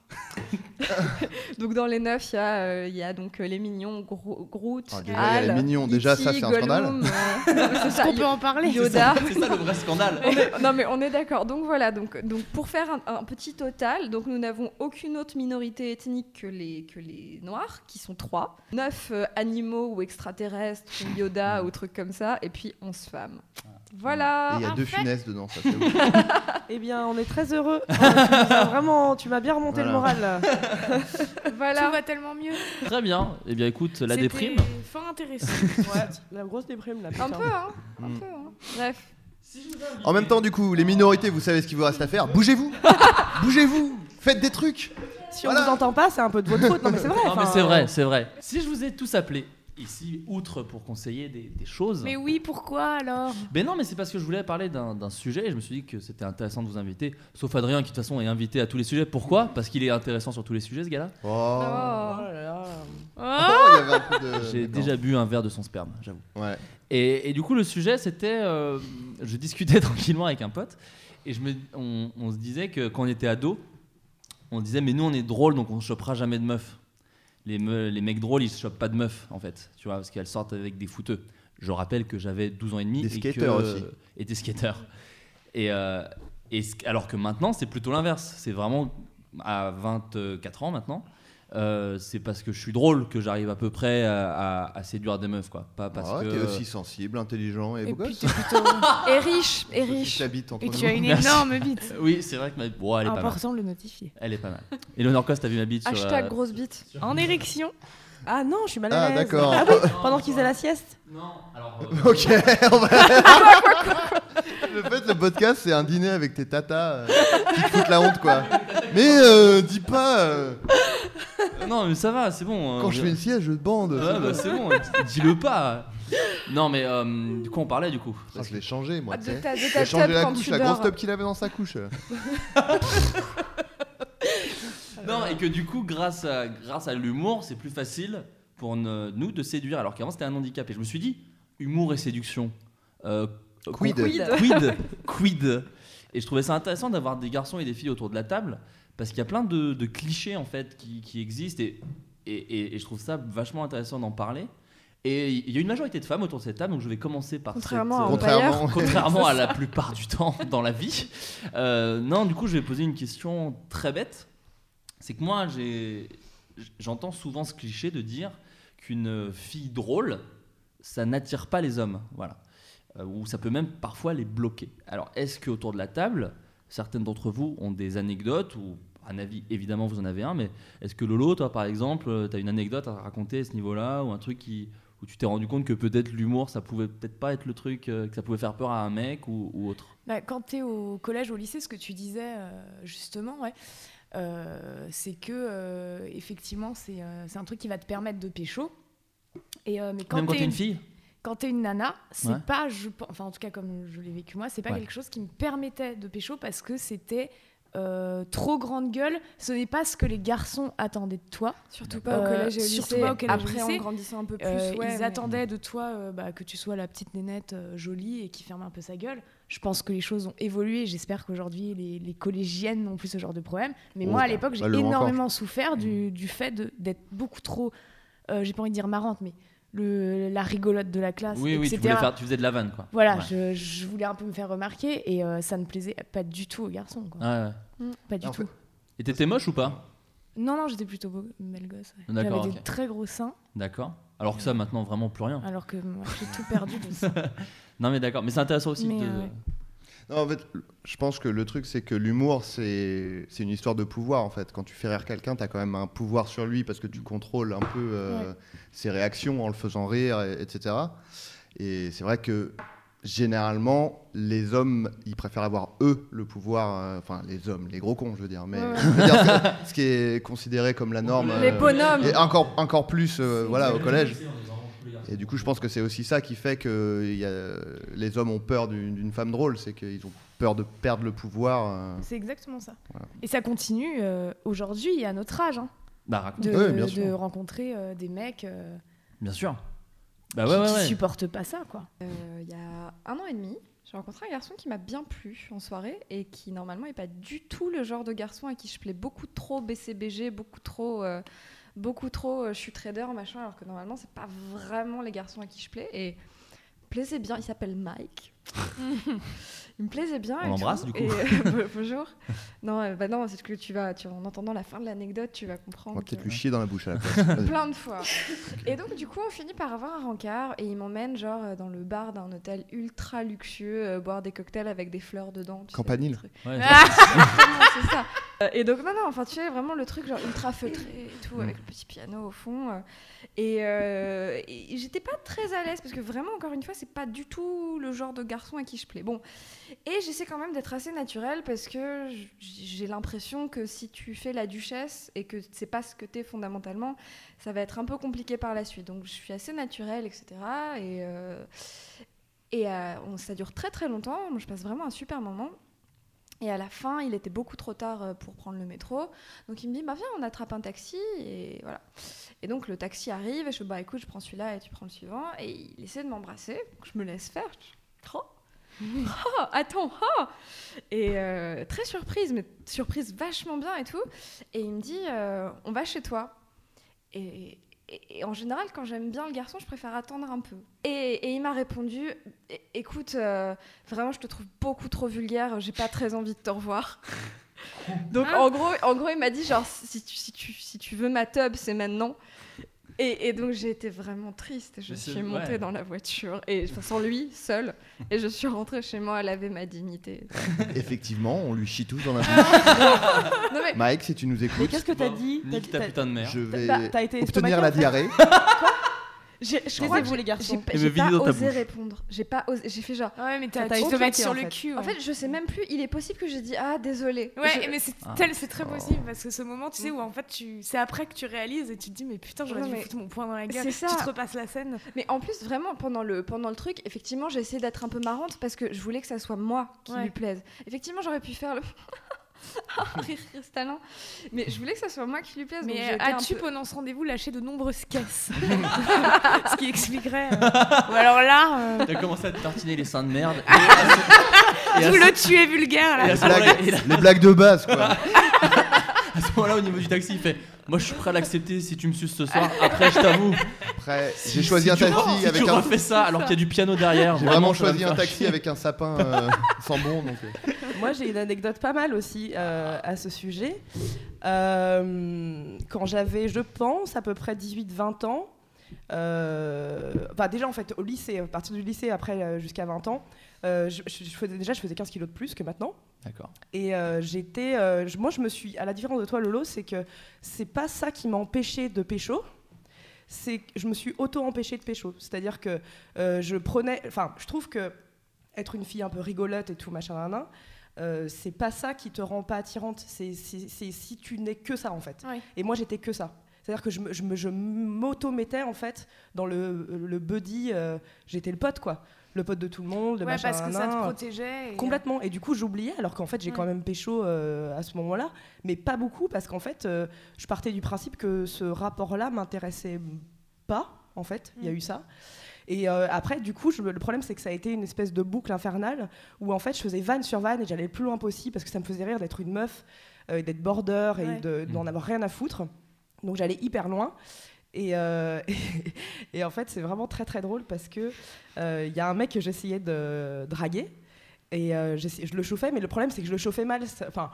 donc, dans les neuf, il y, a, euh, il y a donc euh, les mignons, Gro- Groot,
Ah, déjà, il y a
Al.
les mignons. Déjà,
E.T.,
ça, c'est un scandale.
Gollum, euh, non, mais c'est ça,
On peut en parler.
Yoda.
C'est ça le vrai scandale.
On est- non mais on est d'accord. Donc voilà, donc, donc pour faire un, un petit total, donc nous n'avons aucune autre minorité ethnique que les, que les noirs, qui sont trois. Neuf euh, animaux ou extraterrestres, ou Yoda ou trucs comme ça, et puis onze femmes.
Hmm. Ah. Et
Voilà.
il y a
en
deux
fait-
funesses dedans, ça c'est ouf.
Ah.
Eh bien, on est très heureux. Oh, tu nous as vraiment, tu m'as bien remonté le
Voilà.
moral. là.
Tout
voilà.
va tellement mieux.
Très bien. Eh bien, écoute, la
C'était
déprime.
Fort intéressant.
La grosse déprime, là.
Un
putain.
peu, hein, un
Mm.
peu, hein. Bref.
Oh,
En même temps, du coup, les minorités, vous savez ce qu'il vous reste à faire. Bougez-vous Bougez-vous Faites des trucs
Si on
Voilà.
vous entend pas, c'est un peu de votre faute. Non, mais c'est vrai.
Non, mais
enfin, euh,
c'est vrai, c'est vrai. euh, Si je vous ai tous appelés ici, outre pour conseiller des, des choses.
Mais oui, pourquoi alors
Ben non, mais c'est parce que je voulais parler d'un d'un sujet et je me suis dit que c'était intéressant de vous inviter. Sauf Adrien qui de toute façon est invité à tous les sujets. Pourquoi Parce qu'il est intéressant sur tous les sujets, ce gars-là.
Oh,
Oh
Oh.
là là.
Oh,
Oh
il y avait un peu de-
J'ai
D'accord.
déjà bu un verre de son sperme, j'avoue.
Ouais.
Et, et du coup, le sujet, c'était. euh, je discutais tranquillement avec un pote et je me, on, on se disait que quand on était ado, on se disait mais nous on est drôle donc on chopera jamais de meufs. Les, me- les mecs drôles ils se chopent pas de meufs en fait, tu vois, parce qu'elles sortent avec des fouteux. Je rappelle que j'avais 12 ans et demi
Des
et, que,
skateurs aussi.
et des skateurs. Et, euh, et ce- alors que maintenant c'est plutôt l'inverse. C'est vraiment à 24 ans maintenant. euh, c'est parce que je suis drôle que j'arrive à peu près à, à- à séduire des meufs quoi pas parce
Ah,
que
T'es aussi sensible, intelligent et,
Et
beau
puis
gosse.
t'es plutôt.
Et riche, et riche.
Tu habites entre
Et
nous.
tu as une
Merci.
énorme bite.
Euh, oui c'est vrai que ma bon, elle est pas mal
Important de le notifier.
elle est pas mal Eleanor Coste t'as vu ma bite sur,
Hashtag
euh,
grosse bite.
En érection.
Ah non, je suis mal à
Ah
l'aise.
d'accord.
Ah oui, pendant qu'ils aient la sieste.
non alors euh,
Ok, on va. le fait, le podcast, c'est un dîner avec tes tatas euh, qui te foutent la honte, quoi. Mais euh, dis pas, euh,
euh, Non, mais ça va, c'est bon. euh,
quand je
on-
fais une sieste, je te bande.
Ouais, bah, c'est bon, dis-le pas. Non, mais euh, du coup, on parlait du coup.
Ah, je l'ai changé, moi.
Ah,
tu
De
sais.
ta, de
J'ai
ta
changé
teub
la
quand
couche,
tu
la grosse
dors.
top qu'il avait dans sa couche. euh,
Non, et que du coup, grâce à, grâce à l'humour, c'est plus facile pour ne- nous de séduire, alors qu'avant c'était un handicap. Et je me suis dit, humour et séduction. euh,
Quid.
con- Quid. Quid. Et je trouvais ça intéressant d'avoir des garçons et des filles autour de la table, parce qu'il y a plein de, de clichés en fait qui, qui existent, et, et, et- et je trouve ça vachement intéressant d'en parler. Et il y a une majorité de femmes autour de cette table, donc je vais commencer par
Contrairement
cette,
à
euh,
Contrairement.
contrairement à la plupart du temps dans la vie. Euh, non, du coup, je vais poser une question très bête. C'est que moi, j'ai, j'entends souvent ce cliché de dire qu'une fille drôle, ça n'attire pas les hommes, voilà. Euh, ou ça peut même parfois les bloquer. Alors, est-ce que autour de la table, certaines d'entre vous ont des anecdotes ou un avis Évidemment, vous en avez un, mais est-ce que Lolo, toi, par exemple, tu as une anecdote à raconter à ce niveau-là ou un truc qui où tu t'es rendu compte que peut-être l'humour, ça pouvait peut-être pas être le truc, euh, que ça pouvait faire peur à un mec ou, ou autre.
Bah, quand tu es au collège, au lycée, ce que tu disais euh, justement, ouais, euh, c'est que euh, effectivement, c'est euh, c'est un truc qui va te permettre de pécho. Et, euh, mais quand
Même quand
t'es
t'es une fille
quand t'es une nana, c'est
Ouais.
pas, je pense, enfin en tout cas comme je l'ai vécu moi, c'est pas
Ouais.
quelque chose qui me permettait de pécho parce que c'était euh, trop grande gueule. Ce n'est pas ce que les garçons attendaient de toi.
Surtout
Euh, pas au collège et au lycée.
Après,
Après,
en
en
grandissant un peu plus,
Euh, ils attendaient de toi euh, bah, que tu sois la petite nénette euh, jolie et qui ferme un peu sa gueule. Je pense que les choses ont évolué. J'espère qu'aujourd'hui, les, les collégiennes n'ont plus ce genre de problème. Mais
Oh,
moi, à l'époque,
bah,
j'ai
elles le ont
énormément souffert
Mm.
du, du fait de- d'être beaucoup trop, euh, j'ai pas envie de dire marrante, mais le, la rigolote de la classe,
Oui, oui,
etc.
tu, voulais faire, tu faisais de la vanne, quoi.
Voilà,
Ouais.
je, je voulais un peu me faire remarquer et euh, ça ne plaisait pas du tout aux garçons. quoi.
Ouais, ouais.
Pas du
En fait-
tout.
Et t'étais moche ou pas
Non, non, j'étais plutôt beau, belle gosse. ouais. J'avais
D'accord, ok.
des très gros seins
D'accord. Alors que ça, maintenant, vraiment plus rien.
alors que moi, j'ai tout perdu de ça.
Non, mais d'accord. Mais c'est intéressant aussi
Mais,
de.
euh, ouais.
Non, en fait, je pense que le truc, c'est que l'humour, c'est c'est une histoire de pouvoir, en fait. Quand tu fais rire quelqu'un, t'as quand même un pouvoir sur lui parce que tu contrôles un peu euh, ses réactions en le faisant rire, et- etc. Et c'est vrai que généralement, les hommes, ils préfèrent avoir eux le pouvoir, euh, enfin les hommes, les gros cons, je veux dire, mais
Ouais, ouais.
je veux dire, ce- ce qui est considéré comme la norme.
Les
euh,
bonhommes.
et encore, encore plus euh, voilà, au collège. Et du coup, je
pense.
pense que c'est aussi ça qui fait que euh, il y a- les hommes ont peur d'une d'une femme drôle, c'est qu'ils ont peur de perdre le pouvoir. euh.
C'est exactement ça.
Voilà.
Et ça continue euh, aujourd'hui et à notre âge, hein,
Bah, raconte.
de,
Ouais, bien
de
sûr.
rencontrer euh, des mecs euh,
Bien sûr. Bah
qui,
ouais,
qui
ouais, ouais.
supportent pas ça, quoi.
Euh, il y a un an et demi, j'ai rencontré un garçon qui m'a bien plu en soirée et qui normalement n'est pas du tout le genre de garçon à qui je plais beaucoup trop BCBG, beaucoup trop, euh, beaucoup trop euh, je suis trader, machin, alors que normalement c'est pas vraiment les garçons à qui je plais. Et il me plaisait bien, il s'appelle Mike. il me plaisait bien.
On
et tout.
l'embrasse, du coup.
Et, euh, bonjour. Non, euh, bah non, c'est ce que tu vas, tu, en entendant la fin de l'anecdote, tu vas
On
comprendre.
va peut-être
que-
lui chier dans la bouche à la place. Vas-y.
plein de fois. Et donc, du coup, on finit par avoir un rencard et il m'emmène, genre, euh, dans le bar d'un hôtel ultra luxueux, euh, boire des cocktails avec des fleurs dedans. tu sais,
Campanile.
des trucs.
Ouais,
Vraiment, c'est ça. Euh, Et donc, non, non, enfin, tu sais, vraiment le truc, genre, ultra feutré et tout,
Mm.
avec le petit piano au fond. euh, Et, euh, et j'étais pas très à l'aise parce que vraiment, encore une fois, c'est pas du tout le genre de garçon à qui je plais. Bon, et j'essaie quand même d'être assez naturelle parce que j- j'ai l'impression que si tu fais la duchesse et que c'est pas ce que t'es fondamentalement, ça va être un peu compliqué par la suite. Donc je suis assez naturelle, etc. Et, euh, et euh, on- ça dure très très longtemps. Moi, Je passe vraiment un super moment. Et à la fin, il était beaucoup trop tard euh, pour prendre le métro. Donc il me dit, bah viens, on attrape un taxi. Et voilà. Et donc le taxi arrive et je bah écoute, je prends celui-là et tu prends le suivant. Et il essaie de m'embrasser. Donc, Je me laisse faire. Je- Oh, oh, attends, oh Et euh, très surprise, mais surprise vachement bien et tout. Et il me dit, euh, on va chez toi. Et, et- et en général, quand j'aime bien le garçon, je préfère attendre un peu. Et, et il m'a répondu, é- écoute, euh, vraiment, je te trouve beaucoup trop vulgaire, j'ai pas très envie de te revoir. Donc
Ah.
oh, en gros, en gros, il m'a dit genre si tu, si tu, si tu veux ma tub, c'est maintenant. Et, et donc j'ai été vraiment triste. Je
Mais c'est-
suis montée
ouais.
dans la voiture et enfin, sans lui, seule. Et je suis rentrée chez moi à laver ma dignité.
Effectivement, on lui chie tous dans la bouche.
Non mais
Mike, si tu nous
Mais
écoutes,
qu'est-ce que t'as dit T'as-
Nique ta
t'as-
putain de mère.
je vais
T'as- t'as été
obtenir
estomaquée,
la
en fait
diarrhée.
j'ai- je crois que
Taisez-vous, les
j'ai
garçons.
pas,
Et
j'ai
me vider
pas
dans ta
osé
bouche.
répondre. J'ai pas osé- J'ai fait genre.
Ah Ouais, mais
t'as-
t'as
t'as
te
choqué,
mettre sur
en
le
fait.
cul.
En fait, je sais même plus. Il est possible que j'ai dit ah désolé.
Ouais,
Je-
mais c'est
Ah.
tel, c'est très possible parce que ce moment, tu sais, où en fait, tu, c'est après que tu réalises et tu te dis, mais putain, j'aurais
Non,
dû
mais-
foutre mon poing dans la gueule.
C'est ça.
Tu te repasses la scène.
Mais en plus, vraiment, pendant le, pendant le truc, effectivement, j'ai essayé d'être un peu marrante parce que je voulais que ça soit moi qui
Ouais.
lui plaise. Effectivement, j'aurais pu faire le rire cristallin, mais je voulais que ça soit moi qui lui plaise. donc j'ai
Mais
été un
as-tu
peu-
pendant ce rendez-vous lâché de nombreuses caisses Ce qui expliquerait. euh, Ou alors là, euh,
T'as commencé à te tartiner les seins de merde. Et à
tout
ce-
le tu es vulgaire
et
là.
à
Les
ce moment-là, il-
blagues, les blagues de base, quoi.
À ce moment-là, au niveau du taxi, il fait Moi, je suis prêt à l'accepter si tu me suces ce soir. Après, je t'avoue.
Après,
si-
j'ai choisi
si
un
tu-
taxi
si
avec
tu
un.
refais ça alors qu'il y a du piano derrière.
J'ai vraiment
ça va
choisi
me
un
faire
taxi
chier.
avec un sapin euh, sans bon. Donc, euh.
Moi, j'ai une anecdote pas mal aussi euh, à ce sujet. Euh, quand j'avais, je pense, à peu près 18-20 ans, euh, enfin déjà en fait au lycée, à partir du lycée après euh, jusqu'à 20 ans, euh, je, je- je faisais, déjà je faisais 15 kilos de plus que maintenant.
D'accord.
Et euh, j'étais, euh, je- moi je me suis, à la différence de toi Lolo, c'est que c'est pas ça qui m'a empêché de pécho, c'est que je me suis auto-empêchée de pécho. C'est-à-dire que euh, je prenais, enfin je trouve que être une fille un peu rigolote et tout machin nan, nan, euh, c'est pas ça qui te rend pas attirante, c'est c'est- c'est si tu n'es que ça en fait.
Ouais.
Et moi j'étais que ça. C'est-à-dire que je, me- je me- je m'auto-mettais en fait dans le, le buddy, euh, j'étais le pote quoi. Le pote de tout le monde, le
Ouais,
machin
parce que ça
nan,
te
nan.
protégeait. et-
Complètement. Et du coup, j'oubliais, alors qu'en fait, j'ai
Mm.
quand même pécho euh, à ce moment-là, mais pas beaucoup, parce qu'en fait, euh, je partais du principe que ce rapport-là m'intéressait pas, en fait. Il y a
Mm.
eu ça. Et euh, après, du coup, je me- le problème, c'est que ça a été une espèce de boucle infernale où, en fait, je faisais vanne sur vanne et j'allais le plus loin possible parce que ça me faisait rire d'être une meuf, euh, et d'être border et
Ouais.
de- d'en
Mm.
avoir rien à foutre. Donc, j'allais hyper loin. Et, euh, et en fait, c'est vraiment très très drôle parce que euh, il y a un mec que j'essayais de draguer et euh, j'essa- je le chauffais, mais le problème c'est que je le chauffais mal. c'est- Enfin,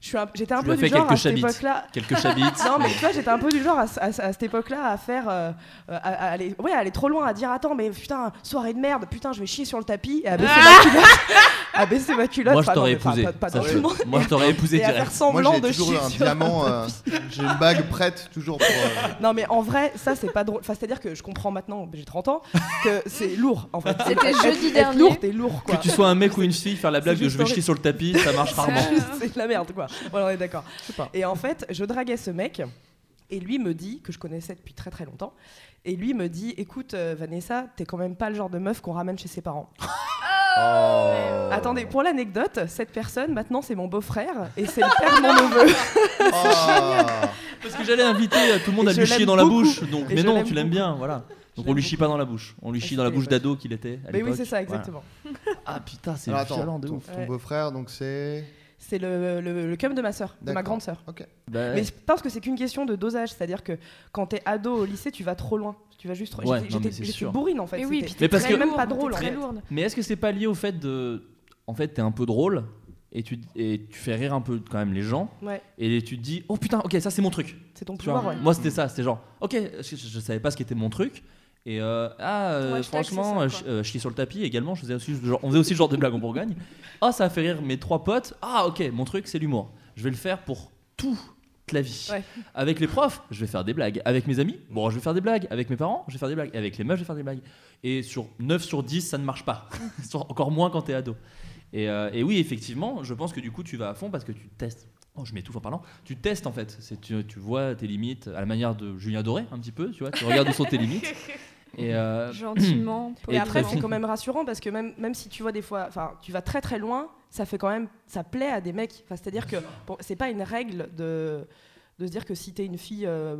je suis un- j'étais un
Tu
peu
lui as
du
fait
genre à
quelques
cette
chabites.
époque-là.
Quelques chabites.
Non, mais tu vois, j'étais un peu du genre à, à- à cette époque-là à faire. euh, euh, à, à aller, ouais, à aller trop loin, à dire Attends, mais putain, soirée de merde, putain, je vais chier sur le tapis, et à baisser ma culotte. à baisser ma culotte.
Ah Moi, je
Enfin, non,
t'aurais
mais pas-
épousé.
Pas, pas
ça,
dans
je-
tout le monde.
Moi, je t'aurais épousé
Et à faire
direct.
Moi,
semblant
j'ai
de
toujours
chier
un
sur-
diamant. euh, j'ai une bague prête toujours pour. euh,
Non, mais en vrai, ça, c'est pas drôle. Enfin, c'est-à-dire que je comprends maintenant, j'ai 30 ans, que c'est lourd, en fait.
C'était
Être-
jeudi
être
dernier.
lourd, t'es lourd, quoi.
Que tu sois un mec ou une fille, faire la blague
C'est
de je vais
juste
chier sur le tapis, ça marche rarement.
C'est de la merde, quoi. Voilà, on est d'accord. Et en fait, je draguais ce mec, et lui me dit, que je connaissais depuis très très longtemps, et lui me dit Écoute, euh, Vanessa, t'es quand même pas le genre de meuf qu'on ramène chez ses parents.
Oh.
Attendez, pour l'anecdote, cette personne, maintenant, c'est mon beau-frère, et c'est le père de mon neveu.
Ah.
Parce que j'allais inviter euh, tout le monde
Et
à
je
lui chier
l'aime
dans la
beaucoup.
bouche. Donc,
Et
mais
je
non,
l'aime
tu l'aimes
beaucoup.
bien, voilà.
Je
Donc on lui
l'aime
chie pas dans la bouche. On lui chie dans la
C'était
bouche
les
d'ado qu'il était. à
Mais oui,
l'époque.
c'est
Voilà.
ça, exactement.
Ah putain, c'est
Alors, attends,
violent de
ton,
ouf.
ton
Ouais.
beau-frère, donc c'est.
C'est le, le, le cum de ma sœur, de ma
D'accord.
grande sœur.
Bah,
Mais je pense que c'est qu'une question de dosage, c'est-à-dire que quand t'es ado au lycée, tu vas trop loin. Tu vas juste trop.
Ouais, non,
j'étais-
mais
J'étais
c'est
j'étais
sûr.
bourrine en fait.
Mais oui,
c'était-
puis
Mais
t'es
parce
très
que-
lourde,
même pas
t'es
drôle, en
très
fait.
lourde.
Mais est-ce que c'est pas lié au fait de. En fait, t'es un peu drôle et tu, et tu fais rire un peu quand même les gens
Ouais,
et tu te dis oh putain, ok, ça c'est mon truc.
c'est ton
Tu vois,
pouvoir, ouais.
Moi c'était ça, c'était genre ok, je, je- je savais pas ce qu'était mon truc. Et euh, ah, euh,
Ton hashtag,
franchement,
c'est
euh,
ça,
je- euh, chier sur le tapis également, je faisais aussi ce genre- on faisait aussi ce genre de blague en Bourgogne. Ah, ça a fait rire mes trois potes. Ah, ok, mon truc c'est l'humour. Je vais le faire pour toute la vie.
Ouais.
Avec les profs, je vais faire des blagues. Avec mes amis, bon, je vais faire des blagues. Avec mes parents, je vais faire des blagues. Et avec les meufs, je vais faire des blagues. Et sur 9 sur 10, ça ne marche pas. Sur- Encore moins quand t'es ado. Et, euh, et oui, effectivement, je pense que du coup, tu vas à fond parce que tu testes. Oh, je m'étouffe en parlant. Tu testes en fait. C'est- Tu, tu vois tes limites à la manière de Julien Doré, un petit peu. Tu vois, tu regardes où sont tes limites. Et euh,
Gentiment.
Et
Et après,
très-
c'est quand même rassurant parce que même, même si tu vois des fois, enfin, tu vas très très loin, ça fait quand même, ça plaît à des mecs. Enfin, c'est-à-dire que bon, c'est pas une règle de, de se dire que si t'es une fille, euh,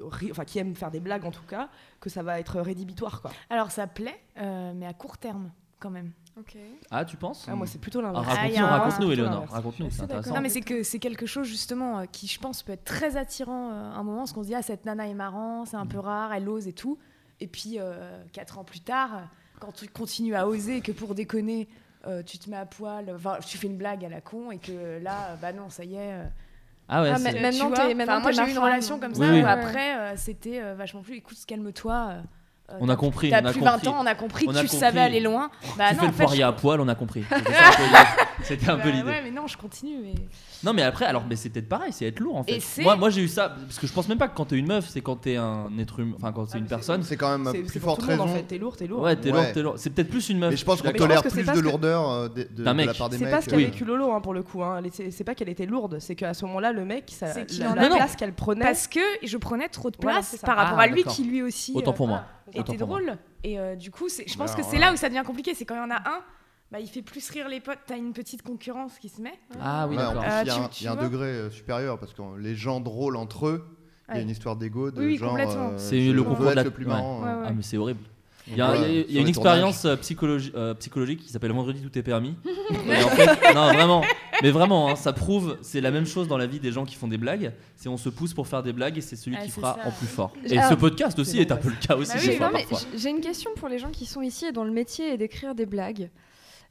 ri- enfin, qui aime faire des blagues en tout cas, que ça va être rédhibitoire, quoi.
Alors ça plaît, euh, mais à court terme quand même.
Ok.
ah, tu penses
Ah, moi, c'est plutôt
Ah,
l'inverse.
Ah,
raconte-nous,
y a un-
raconte-nous,
c'est plutôt
Éléonore.
l'inverse.
Raconte-nous,
Je suis
c'est
assez
intéressant.
Non, mais
en
c'est
tout
que c'est quelque chose justement euh, qui, je pense, peut être très attirant euh, à un moment, parce qu'on se dit ah cette nana est marrant,
Mm.
c'est un peu rare, elle ose et tout. Et puis euh, quatre ans plus tard, euh, quand tu continues à oser, et que pour déconner euh, tu te mets à poil, enfin, tu fais une blague à la con et que là euh, bah non ça y est. euh,
Ah ouais,
Ah,
c'est-
mais-
tu
maintenant,
vois.
t'es-
Enfin,
maintenant,
moi
t'es
j'ai
ma
eu une
femme.
relation comme ça
Oui,
où
oui.
après euh, c'était euh, vachement plus écoute euh, calme toi.
On a compris,
T'as
on a
plus
compris.
20 ans, on a compris,
On
que
a
tu
compris.
savais aller loin. Bah
tu fais
non, en
le
fait,
poirier
je-
à poil, on a compris. C'était ça un peu l'idée. C'était un
bah
peu l'idée.
Ouais, mais non, je continue. Mais...
Non mais après, alors mais c'est peut-être pareil, c'est être lourd en
Et
fait.
c'est-
Moi, moi j'ai eu ça parce que je pense même pas que quand t'es une meuf, c'est quand t'es un être humain, enfin quand c'est une personne.
C'est quand même
C'est
la
c'est
plus
pour
forte
tout le monde
raison.
en fait. T'es lourd, t'es lourd.
Ouais, t'es
Ouais.
lourd, t'es lourd. C'est peut-être plus une meuf.
Mais je pense qu'on
Mais je pense
tolère
que c'est
plus
parce
de
que-
lourdeur euh, de, de-
D'un
de
mec.
la part des
C'est
mecs.
pas ce qu'a
oui.
vécu Lolo hein, pour le coup. Hein. Elle était- C'est pas qu'elle était lourde, c'est qu'à ce moment-là, le mec, ça,
C'est qu'il
la,
en
la
avait.
place qu'elle prenait.
Parce que je prenais trop de
Voilà,
place
c'est ça.
par rapport
Ah,
à lui
d'accord.
qui lui aussi.
Autant
euh,
pour moi.
Et
Autant
t'es
pour moi.
drôle. Et euh, du coup, c'est- je pense
Bah,
que c'est
voilà.
là où ça devient compliqué. C'est quand il y en a un, bah, il fait plus rire les potes. T'as une petite concurrence qui se met.
Ah oui,
Ouais, en
d'accord.
plus,
Euh,
il y a
tu-
un-
tu
il y a un
vois
degré euh, supérieur parce que les gens drôles entre eux, il y a
Ouais.
une histoire d'ego de
Oui, oui,
genre.
complètement.
euh,
C'est
je
le
veux
concours de
être
la-
le plus
ouais.
marrant. euh,
Ouais, ouais.
Ah mais c'est horrible. Il y a,
Ouais,
il y a- il y a
Ah sur
une
les
expérience euh, psychologi- euh, psychologique qui s'appelle Vendredi tout est permis. Et en fait- non vraiment, mais vraiment, hein, ça prouve, c'est la même chose dans la vie des gens qui font des blagues. C'est on se pousse pour faire des blagues et c'est celui
Ah,
qui
c'est
fera
ça.
en plus fort.
J'ai-
Et ce
ah,
podcast aussi
c'est
est un peu le cas aussi
Bah
des
oui,
fois,
non, mais
parfois.
j- j'ai une question pour les gens qui sont ici et dont le métier est d'écrire des blagues.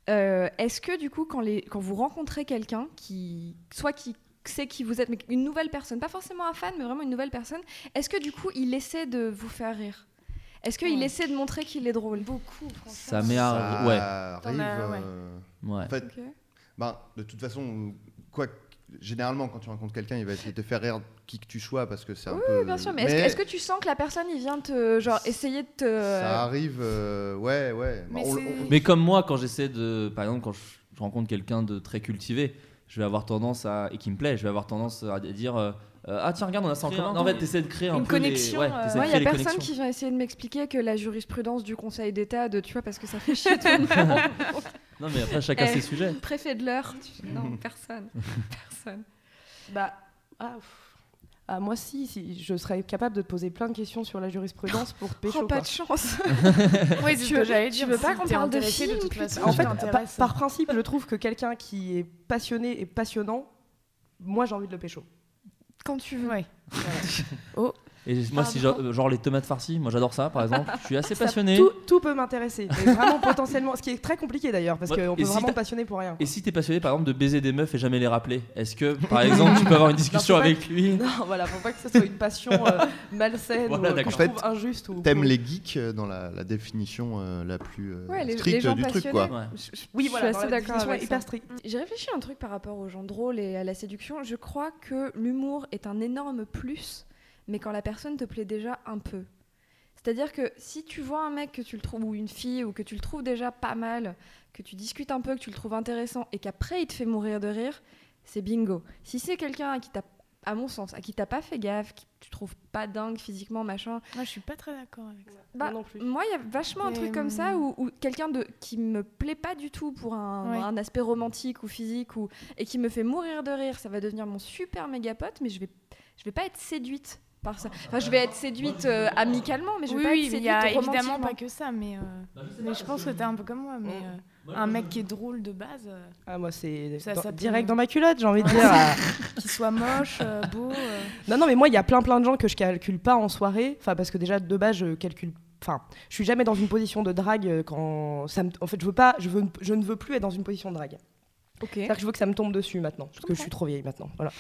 Euh, Est-ce que du coup, quand, les, quand vous rencontrez quelqu'un qui soit qui sait qui vous êtes, mais une nouvelle personne, pas forcément un fan, mais vraiment une nouvelle personne, est-ce que du coup, il essaie de vous faire rire Est-ce qu'il
Ouais.
essaie de montrer qu'il est drôle
Beaucoup,
Ça
franchement.
m'est
Ça
arri- euh, ouais.
arrive.
T'en as, ouais.
euh,
ouais.
En fait,
Ok.
Ben, de toute façon, quoi que- généralement, quand tu rencontres quelqu'un, il va essayer de te faire rire qui que tu sois parce que c'est un peu.
Oui, bien sûr, mais, est-ce que- est-ce que tu sens que la personne, il vient te, genre, essayer de te...
Ça arrive, euh, ouais, ouais.
Mais
Ben, on-
c'est-
on-
Mais comme moi, quand j'essaie de. Par exemple, quand je, je rencontre quelqu'un de très cultivé, je vais avoir tendance à. et qui me plaît, je vais avoir tendance à dire. euh, euh, ah tiens, regarde, on a ça en commun. Non, en fait, t'essaies de créer un
Une
peu. les-
connexion,
ouais,
euh,
t'essaies de
Moi, il y
créer
a
les
personne
connexions.
qui vient essayer de m'expliquer que la jurisprudence du Conseil d'État, de tu vois, parce que ça fait chier tout le monde.
Non, mais après, chacun
Eh.
ses sujets.
Préfet de l'heure. tu- Non, personne. Personne.
Bah, ah, pff. Ah, moi, si, si, je serais capable de te poser plein de questions sur la jurisprudence pour pécho.
Oh, pas
quoi.
de chance.
Ouais, c'est
Tu
ce que
veux-
j'allais
tu
dire.
veux pas
si
qu'on
t'es
parle de
intéressée, de
filles,
toute
putain.
façon,
En
je
fait, pa-
t'intéresse.
par principe, je trouve que quelqu'un qui est passionné et passionnant, moi, j'ai envie de le pécho.
Quand tu veux.
Ouais.
Voilà.
Oh.
Et moi, si
Pardon.
genre, genre les tomates farcies, moi j'adore ça par exemple. Je suis assez passionné.
Tout, tout peut m'intéresser. mais Vraiment potentiellement. Ce qui est très compliqué d'ailleurs, parce
Ouais,
qu'on
Bah, et
peut
si
vraiment
t'as-
passionner pour rien.
Et si t'es passionné par exemple de baiser des meufs et jamais les rappeler, est-ce que par exemple tu peux avoir une discussion
Non, faut pas
avec lui
Non, voilà, faut pas que ce soit une passion euh, malsaine
Voilà,
ou euh, qu'on
d'accord.
trouve
En fait,
injuste. Ou...
T'aimes les geeks euh, dans la, la définition euh, la plus euh,
Ouais, les, les
stricte
gens
du truc,
passionnés.
quoi.
Ouais.
Je- je-
Oui, voilà,
je suis assez
dans la
d'accord
définition
avec ça.
hyper stricte.
J'ai réfléchi à un truc par rapport aux gens drôles et à la séduction. Je crois que l'humour est un énorme plus, mais quand la personne te plaît déjà un peu. C'est-à-dire que si tu vois un mec que tu le trouves, ou une fille, ou que tu le trouves déjà pas mal, que tu discutes un peu, que tu le trouves intéressant, et qu'après il te fait mourir de rire, c'est bingo. Si c'est quelqu'un à qui t'as, à mon sens, à qui t'as pas fait gaffe, qui tu trouves pas dingue physiquement, machin,
Moi, je suis pas très d'accord avec ça.
Bah,
Moi non plus.
Moi, il y a vachement un
Mais, hum.
truc comme ça où, où quelqu'un de qui me plaît pas du tout pour un,
Ouais.
un aspect romantique ou physique ou et qui me fait mourir de rire, ça va devenir mon super méga pote, mais je vais je vais pas être séduite par ça. Enfin, je vais être séduite euh, amicalement, mais je vais
oui,
pas
oui,
être
mais il
séduite
y a
romantiquement.
évidemment pas que ça, mais, euh,
Bah,
mais je pense que t'es un peu comme moi. Mais euh, un mec qui est drôle de base, euh,
Ah, moi, c'est
Ça,
dans-
ça peut-
direct dans ma culotte, j'ai envie de
Ouais.
dire. Ah.
qui soit moche, euh, beau. euh,
Non, non, mais moi, il y a plein, plein de gens que je calcule pas en soirée. Enfin, parce que déjà, de base, je calcule. Enfin, je suis jamais dans une position de drague euh, quand. Ça me... En fait, je veux pas. Je, veux... je ne veux plus être dans une position de drague.
Ok.
C'est-à-dire que je veux que ça me tombe dessus maintenant. Parce que je suis trop vieille maintenant. Voilà.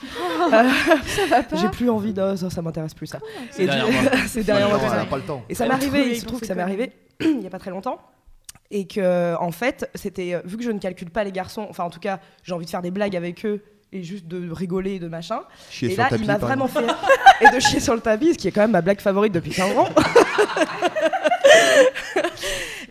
va pas.
J'ai plus envie de. oh, Ça, ça m'intéresse plus, ça.
C'est
Et
derrière
du-
moi.
C'est
Ouais,
derrière moi.
genre,
c'est
on
ça.
n'a pas le temps.
Et ça
Elle
m'est
a trouvé,
arrivé, il
ils
se
ont
trouve que
fait
ça m'est
comme.
arrivé il n'y a pas très longtemps. Et que, en fait, c'était. euh, Vu que je ne calcule pas les garçons, enfin, en tout cas, j'ai envie de faire des blagues avec eux et juste de rigoler et de machin.
Chier
et
sur
là,
le tapis,
il m'a
par
vraiment fait. et de chier sur le tapis, ce qui est quand même ma blague favorite depuis 15 ans.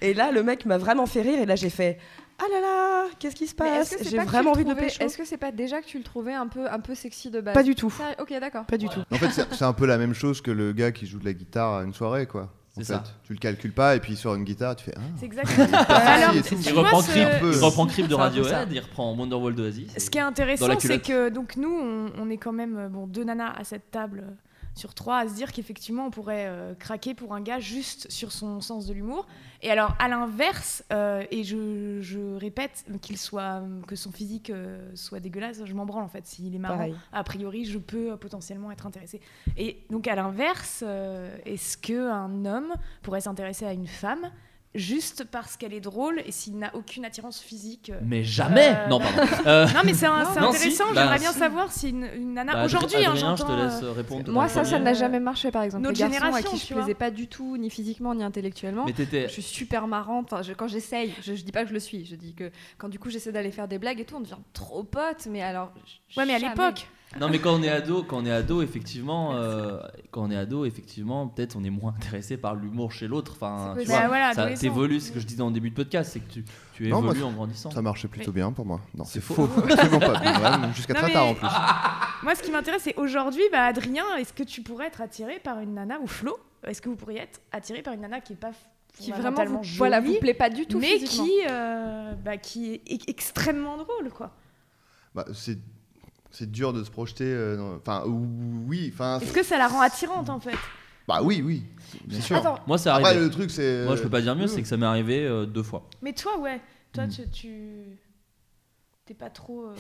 et là, le mec m'a vraiment fait rire, et là, j'ai fait. Ah là là, qu'est-ce qui se
Mais
passe
est-ce que c'est
J'ai
pas que tu
vraiment
le
envie de le
trouvais-
pécho.
Est-ce que c'est pas déjà que tu le trouvais un peu un peu sexy de base
Pas du tout.
Ça, ok, d'accord.
Pas du tout.
En fait, c'est c'est un peu la même chose que le gars qui joue de la guitare à une soirée, quoi. En
C'est
fait,
ça.
Tu le calcules pas et puis il sort une guitare, tu fais. Ah,
C'est exactement ça.
Alors, et tout.
tu
Il
vois,
reprend,
ce-
Creep,
peu-
il reprend Creep de
C'est un peu ça.
Radiohead, il reprend Wonderwall d'Oasis.
Ce qui est
Dans la
intéressant, c'est
culotte.
que donc nous, on, on est quand même euh, bon deux nanas à cette table euh, sur trois à se dire qu'effectivement on pourrait euh, craquer pour un gars juste sur son sens de l'humour. Et alors à l'inverse, euh, et je, je répète qu'il soit que son physique euh, soit dégueulasse, je m'en branle en fait. S'il est marrant,
Pareil.
a priori, je peux euh, potentiellement être intéressée. Et donc, à l'inverse, euh, est-ce qu'un homme pourrait s'intéresser à une femme juste parce qu'elle est drôle et s'il n'a aucune attirance physique euh,
Mais jamais
Euh,
Non, pardon. Euh,
Non, mais c'est un- c'est
Non, si,
intéressant.
bah,
J'aimerais bien
si.
savoir si une, une nana.
bah,
Aujourd'hui, hein,
Adrien, je te
j'entends,
laisse
euh,
répondre.
Moi, ça, ça
Premier.
n'a jamais marché, par exemple.
Notre
Les garçons à
génération,
qui je
tu
plaisais
vois.
pas du tout, ni physiquement, ni intellectuellement.
Mais t'étais.
Je suis super marrante. Enfin, je- quand j'essaye, je, je dis pas que je le suis. Je dis que quand du coup j'essaie d'aller faire des blagues et tout, on devient trop potes. Mais alors. j-
euh, Ouais, mais à
jamais.
l'époque.
Non, mais quand on est ado, quand on est ado, effectivement, euh, quand on est ado, effectivement, peut-être on est moins intéressé par l'humour chez l'autre. Enfin,
C'est
tu
possible.
vois,
Bah, voilà,
ça
adolescent.
t'évolue. Ce que je disais en début de podcast, c'est que tu, tu
Non, moi,
évolues
ça-
en grandissant.
Ça marchait plutôt bien pour moi. Non, c'est
C'est
faux. Absolument pas. Vraiment, Jusqu'à
Non,
très
mais-
tard en plus.
Moi, ce qui m'intéresse, c'est aujourd'hui, bah, Adrien, est-ce que tu pourrais être attiré par une nana ou Flo Est-ce que vous pourriez être attiré par une nana qui est pas
Qui vraiment
fondamentalement
vous, voilà,
jolie,
vous plaît pas du tout
mais
physiquement.
qui, euh, bah, qui est e- extrêmement drôle, quoi.
Bah, c'est c'est dur de se projeter. euh, dans- Enfin, ou- oui. Enfin,
Est-ce que ça la rend attirante en fait
bah oui, oui. Bien sûr.
Attends,
Moi, ça arrive.
Après, Ah, bah, le truc, c'est.
Moi, je peux pas dire mieux,
oui.
c'est que ça m'est arrivé euh, deux fois.
Mais toi, ouais, toi,
Mm.
tu, tu- t'es pas trop. euh,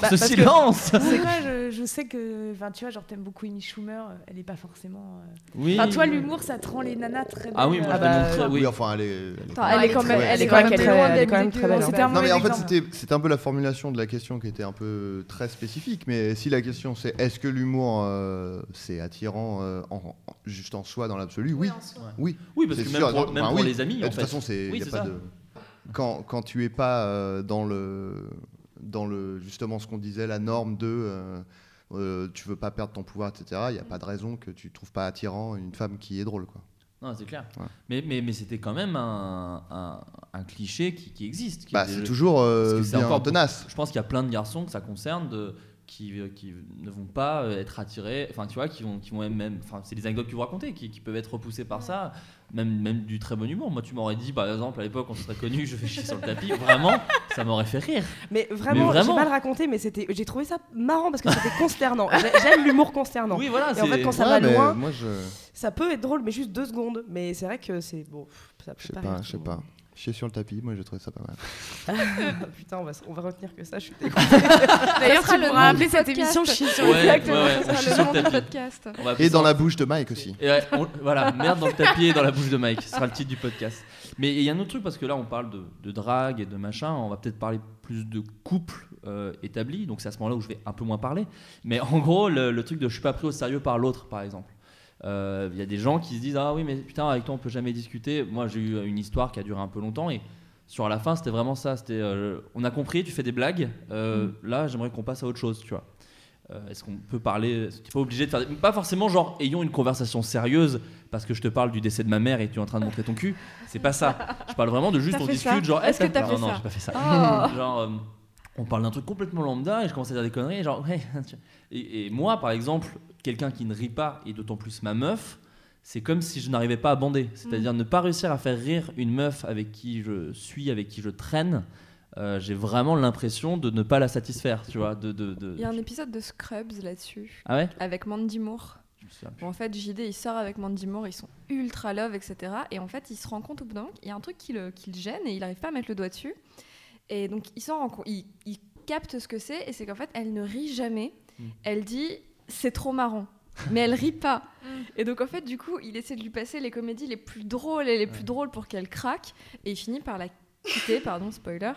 Bah,
Ce
parce que-
silence
moi, je, je sais que, enfin, tu vois, genre t'aimes beaucoup Amy Schumer, euh, elle est pas forcément. euh,
Oui.
Enfin, toi, l'humour, ça te rend les nanas très.
Ah oui,
belles,
moi,
euh,
je
bah,
l'ai montré,
Oui,
oui.
enfin, elle est.
Attends, elle est quand même, elle est quand même
très-
loin
elle est
d'être
quand même très
dégueulasse.
belle, hein.
Non, mais en fait,
exemple.
c'était c'était un peu la formulation de la question qui était un peu très spécifique. Mais si la question c'est est-ce que l'humour euh, c'est attirant euh, en- en- juste en soi dans l'absolu Oui.
en soi.
Oui.
Oui, parce
C'est
que même
sûr,
pour, même
enfin,
pour
oui.
les amis,
Et
en
de
fait.
toute façon, c'est
Oui,
y a
c'est
pas
ça.
de- Quand, quand tu es pas euh, dans le dans le justement ce qu'on disait la norme de euh, euh, tu veux pas perdre ton pouvoir, etc. Il n'y a pas de raison que tu trouves pas attirant une femme qui est drôle, quoi.
Non, c'est clair.
Ouais.
Mais, mais, mais c'était quand même un, un, un cliché qui, qui existe. qui
Bah,
est
c'est
déjà-
toujours euh,
parce que c'est
bien
encore-
tenace.
Je pense qu'il y a plein de garçons que ça concerne de- qui, qui ne vont pas euh, être attirés, enfin tu vois, qui vont, qui vont même, même- enfin c'est des anecdotes que vous racontez, qui, qui peuvent être repoussés par ça, même, même du très bon humour. Moi tu m'aurais dit, par exemple, à l'époque on se serait connus, je fais chier sur le tapis, vraiment, ça m'aurait fait rire.
Mais vraiment,
vraiment.
j'ai mal raconté, mais c'était, j'ai trouvé ça marrant parce que c'était consternant. J'ai- J'aime l'humour consternant.
Oui, voilà,
Et en fait, quand ça
Ouais,
va
mais
loin,
moi je
ça peut être drôle, mais juste deux secondes. Mais c'est vrai que c'est bon, pff, ça
je
peut
sais
rire
pas,
tout
je sais
le
pas.
monde.
Chier sur le tapis, moi j'ai trouvé ça pas mal.
Ah, Putain, on va, s- on va retenir que ça. Je suis
D'ailleurs,
sera
tu
le
pourras
nom du
appeler cette
podcast.
émission Chier sur hein.
Ouais,
le tapis.
ouais, ouais, on
Ça
chie
sera
sur le
le nom du
tapis.
podcast.
On va appeler
Et dans
ça-
la bouche de Mike aussi.
Et ouais, on- voilà, merde dans le tapis et dans la bouche de Mike. Ce sera le titre du podcast. Mais il y a un autre truc, parce que là, on parle de, de drague et de machin. On va peut-être parler plus de couple euh, établi. Donc, c'est à ce moment-là où je vais un peu moins parler. Mais en gros, le, le truc de je suis pas pris au sérieux par l'autre, par exemple. Euh, Il y a des gens qui se disent Ah oui, mais putain, avec toi, on peut jamais discuter. Moi, j'ai eu une histoire qui a duré un peu longtemps. Et sur la fin, c'était vraiment ça. C'était euh, On a compris, tu fais des blagues. Euh,
Mm.
Là, j'aimerais qu'on passe à autre chose, tu vois. Euh, Est-ce qu'on peut parler Tu pas obligé de faire. des- Pas forcément genre ayons une conversation sérieuse parce que je te parle du décès de ma mère et tu es en train de montrer ton cul. C'est pas ça. Je parle vraiment de juste
T'as
on
fait
discute.
ça
Genre
Est-ce
eh,
que t'as
non,
fait
non,
ça
j'ai pas fait ça.
Oh.
Genre euh, on parle d'un truc complètement lambda et je commence à dire des conneries. et Genre ouais. tu- Et, et moi par exemple, quelqu'un qui ne rit pas et d'autant plus ma meuf. C'est comme si je n'arrivais pas à
Mm.
bander, c'est-à-dire ne pas réussir à faire rire une meuf avec qui je suis, avec qui je traîne. euh, j'ai vraiment l'impression de ne pas la satisfaire, tu vois. De, de, de-
Il y a un épisode de Scrubs là-dessus,
Ah ouais
avec Mandy Moore.
Je me souviens plus.
Bon, en fait, JD, il sort avec Mandy Moore, ils sont ultra love, etc. Et en fait, il se rend compte au bout d'un moment qu'il y a un truc qui le, qui le gêne et il n'arrive pas à mettre le doigt dessus. Et donc, il s'en rend compte, il, il capte ce que c'est, et c'est qu'en fait, elle ne rit jamais.
Mm.
Elle dit c'est trop marrant, mais elle rit pas. Et donc, en fait, du coup, il essaie de lui passer les comédies les plus drôles et les plus
Ouais.
drôles pour qu'elle craque, et il finit par la quitter, pardon, spoiler,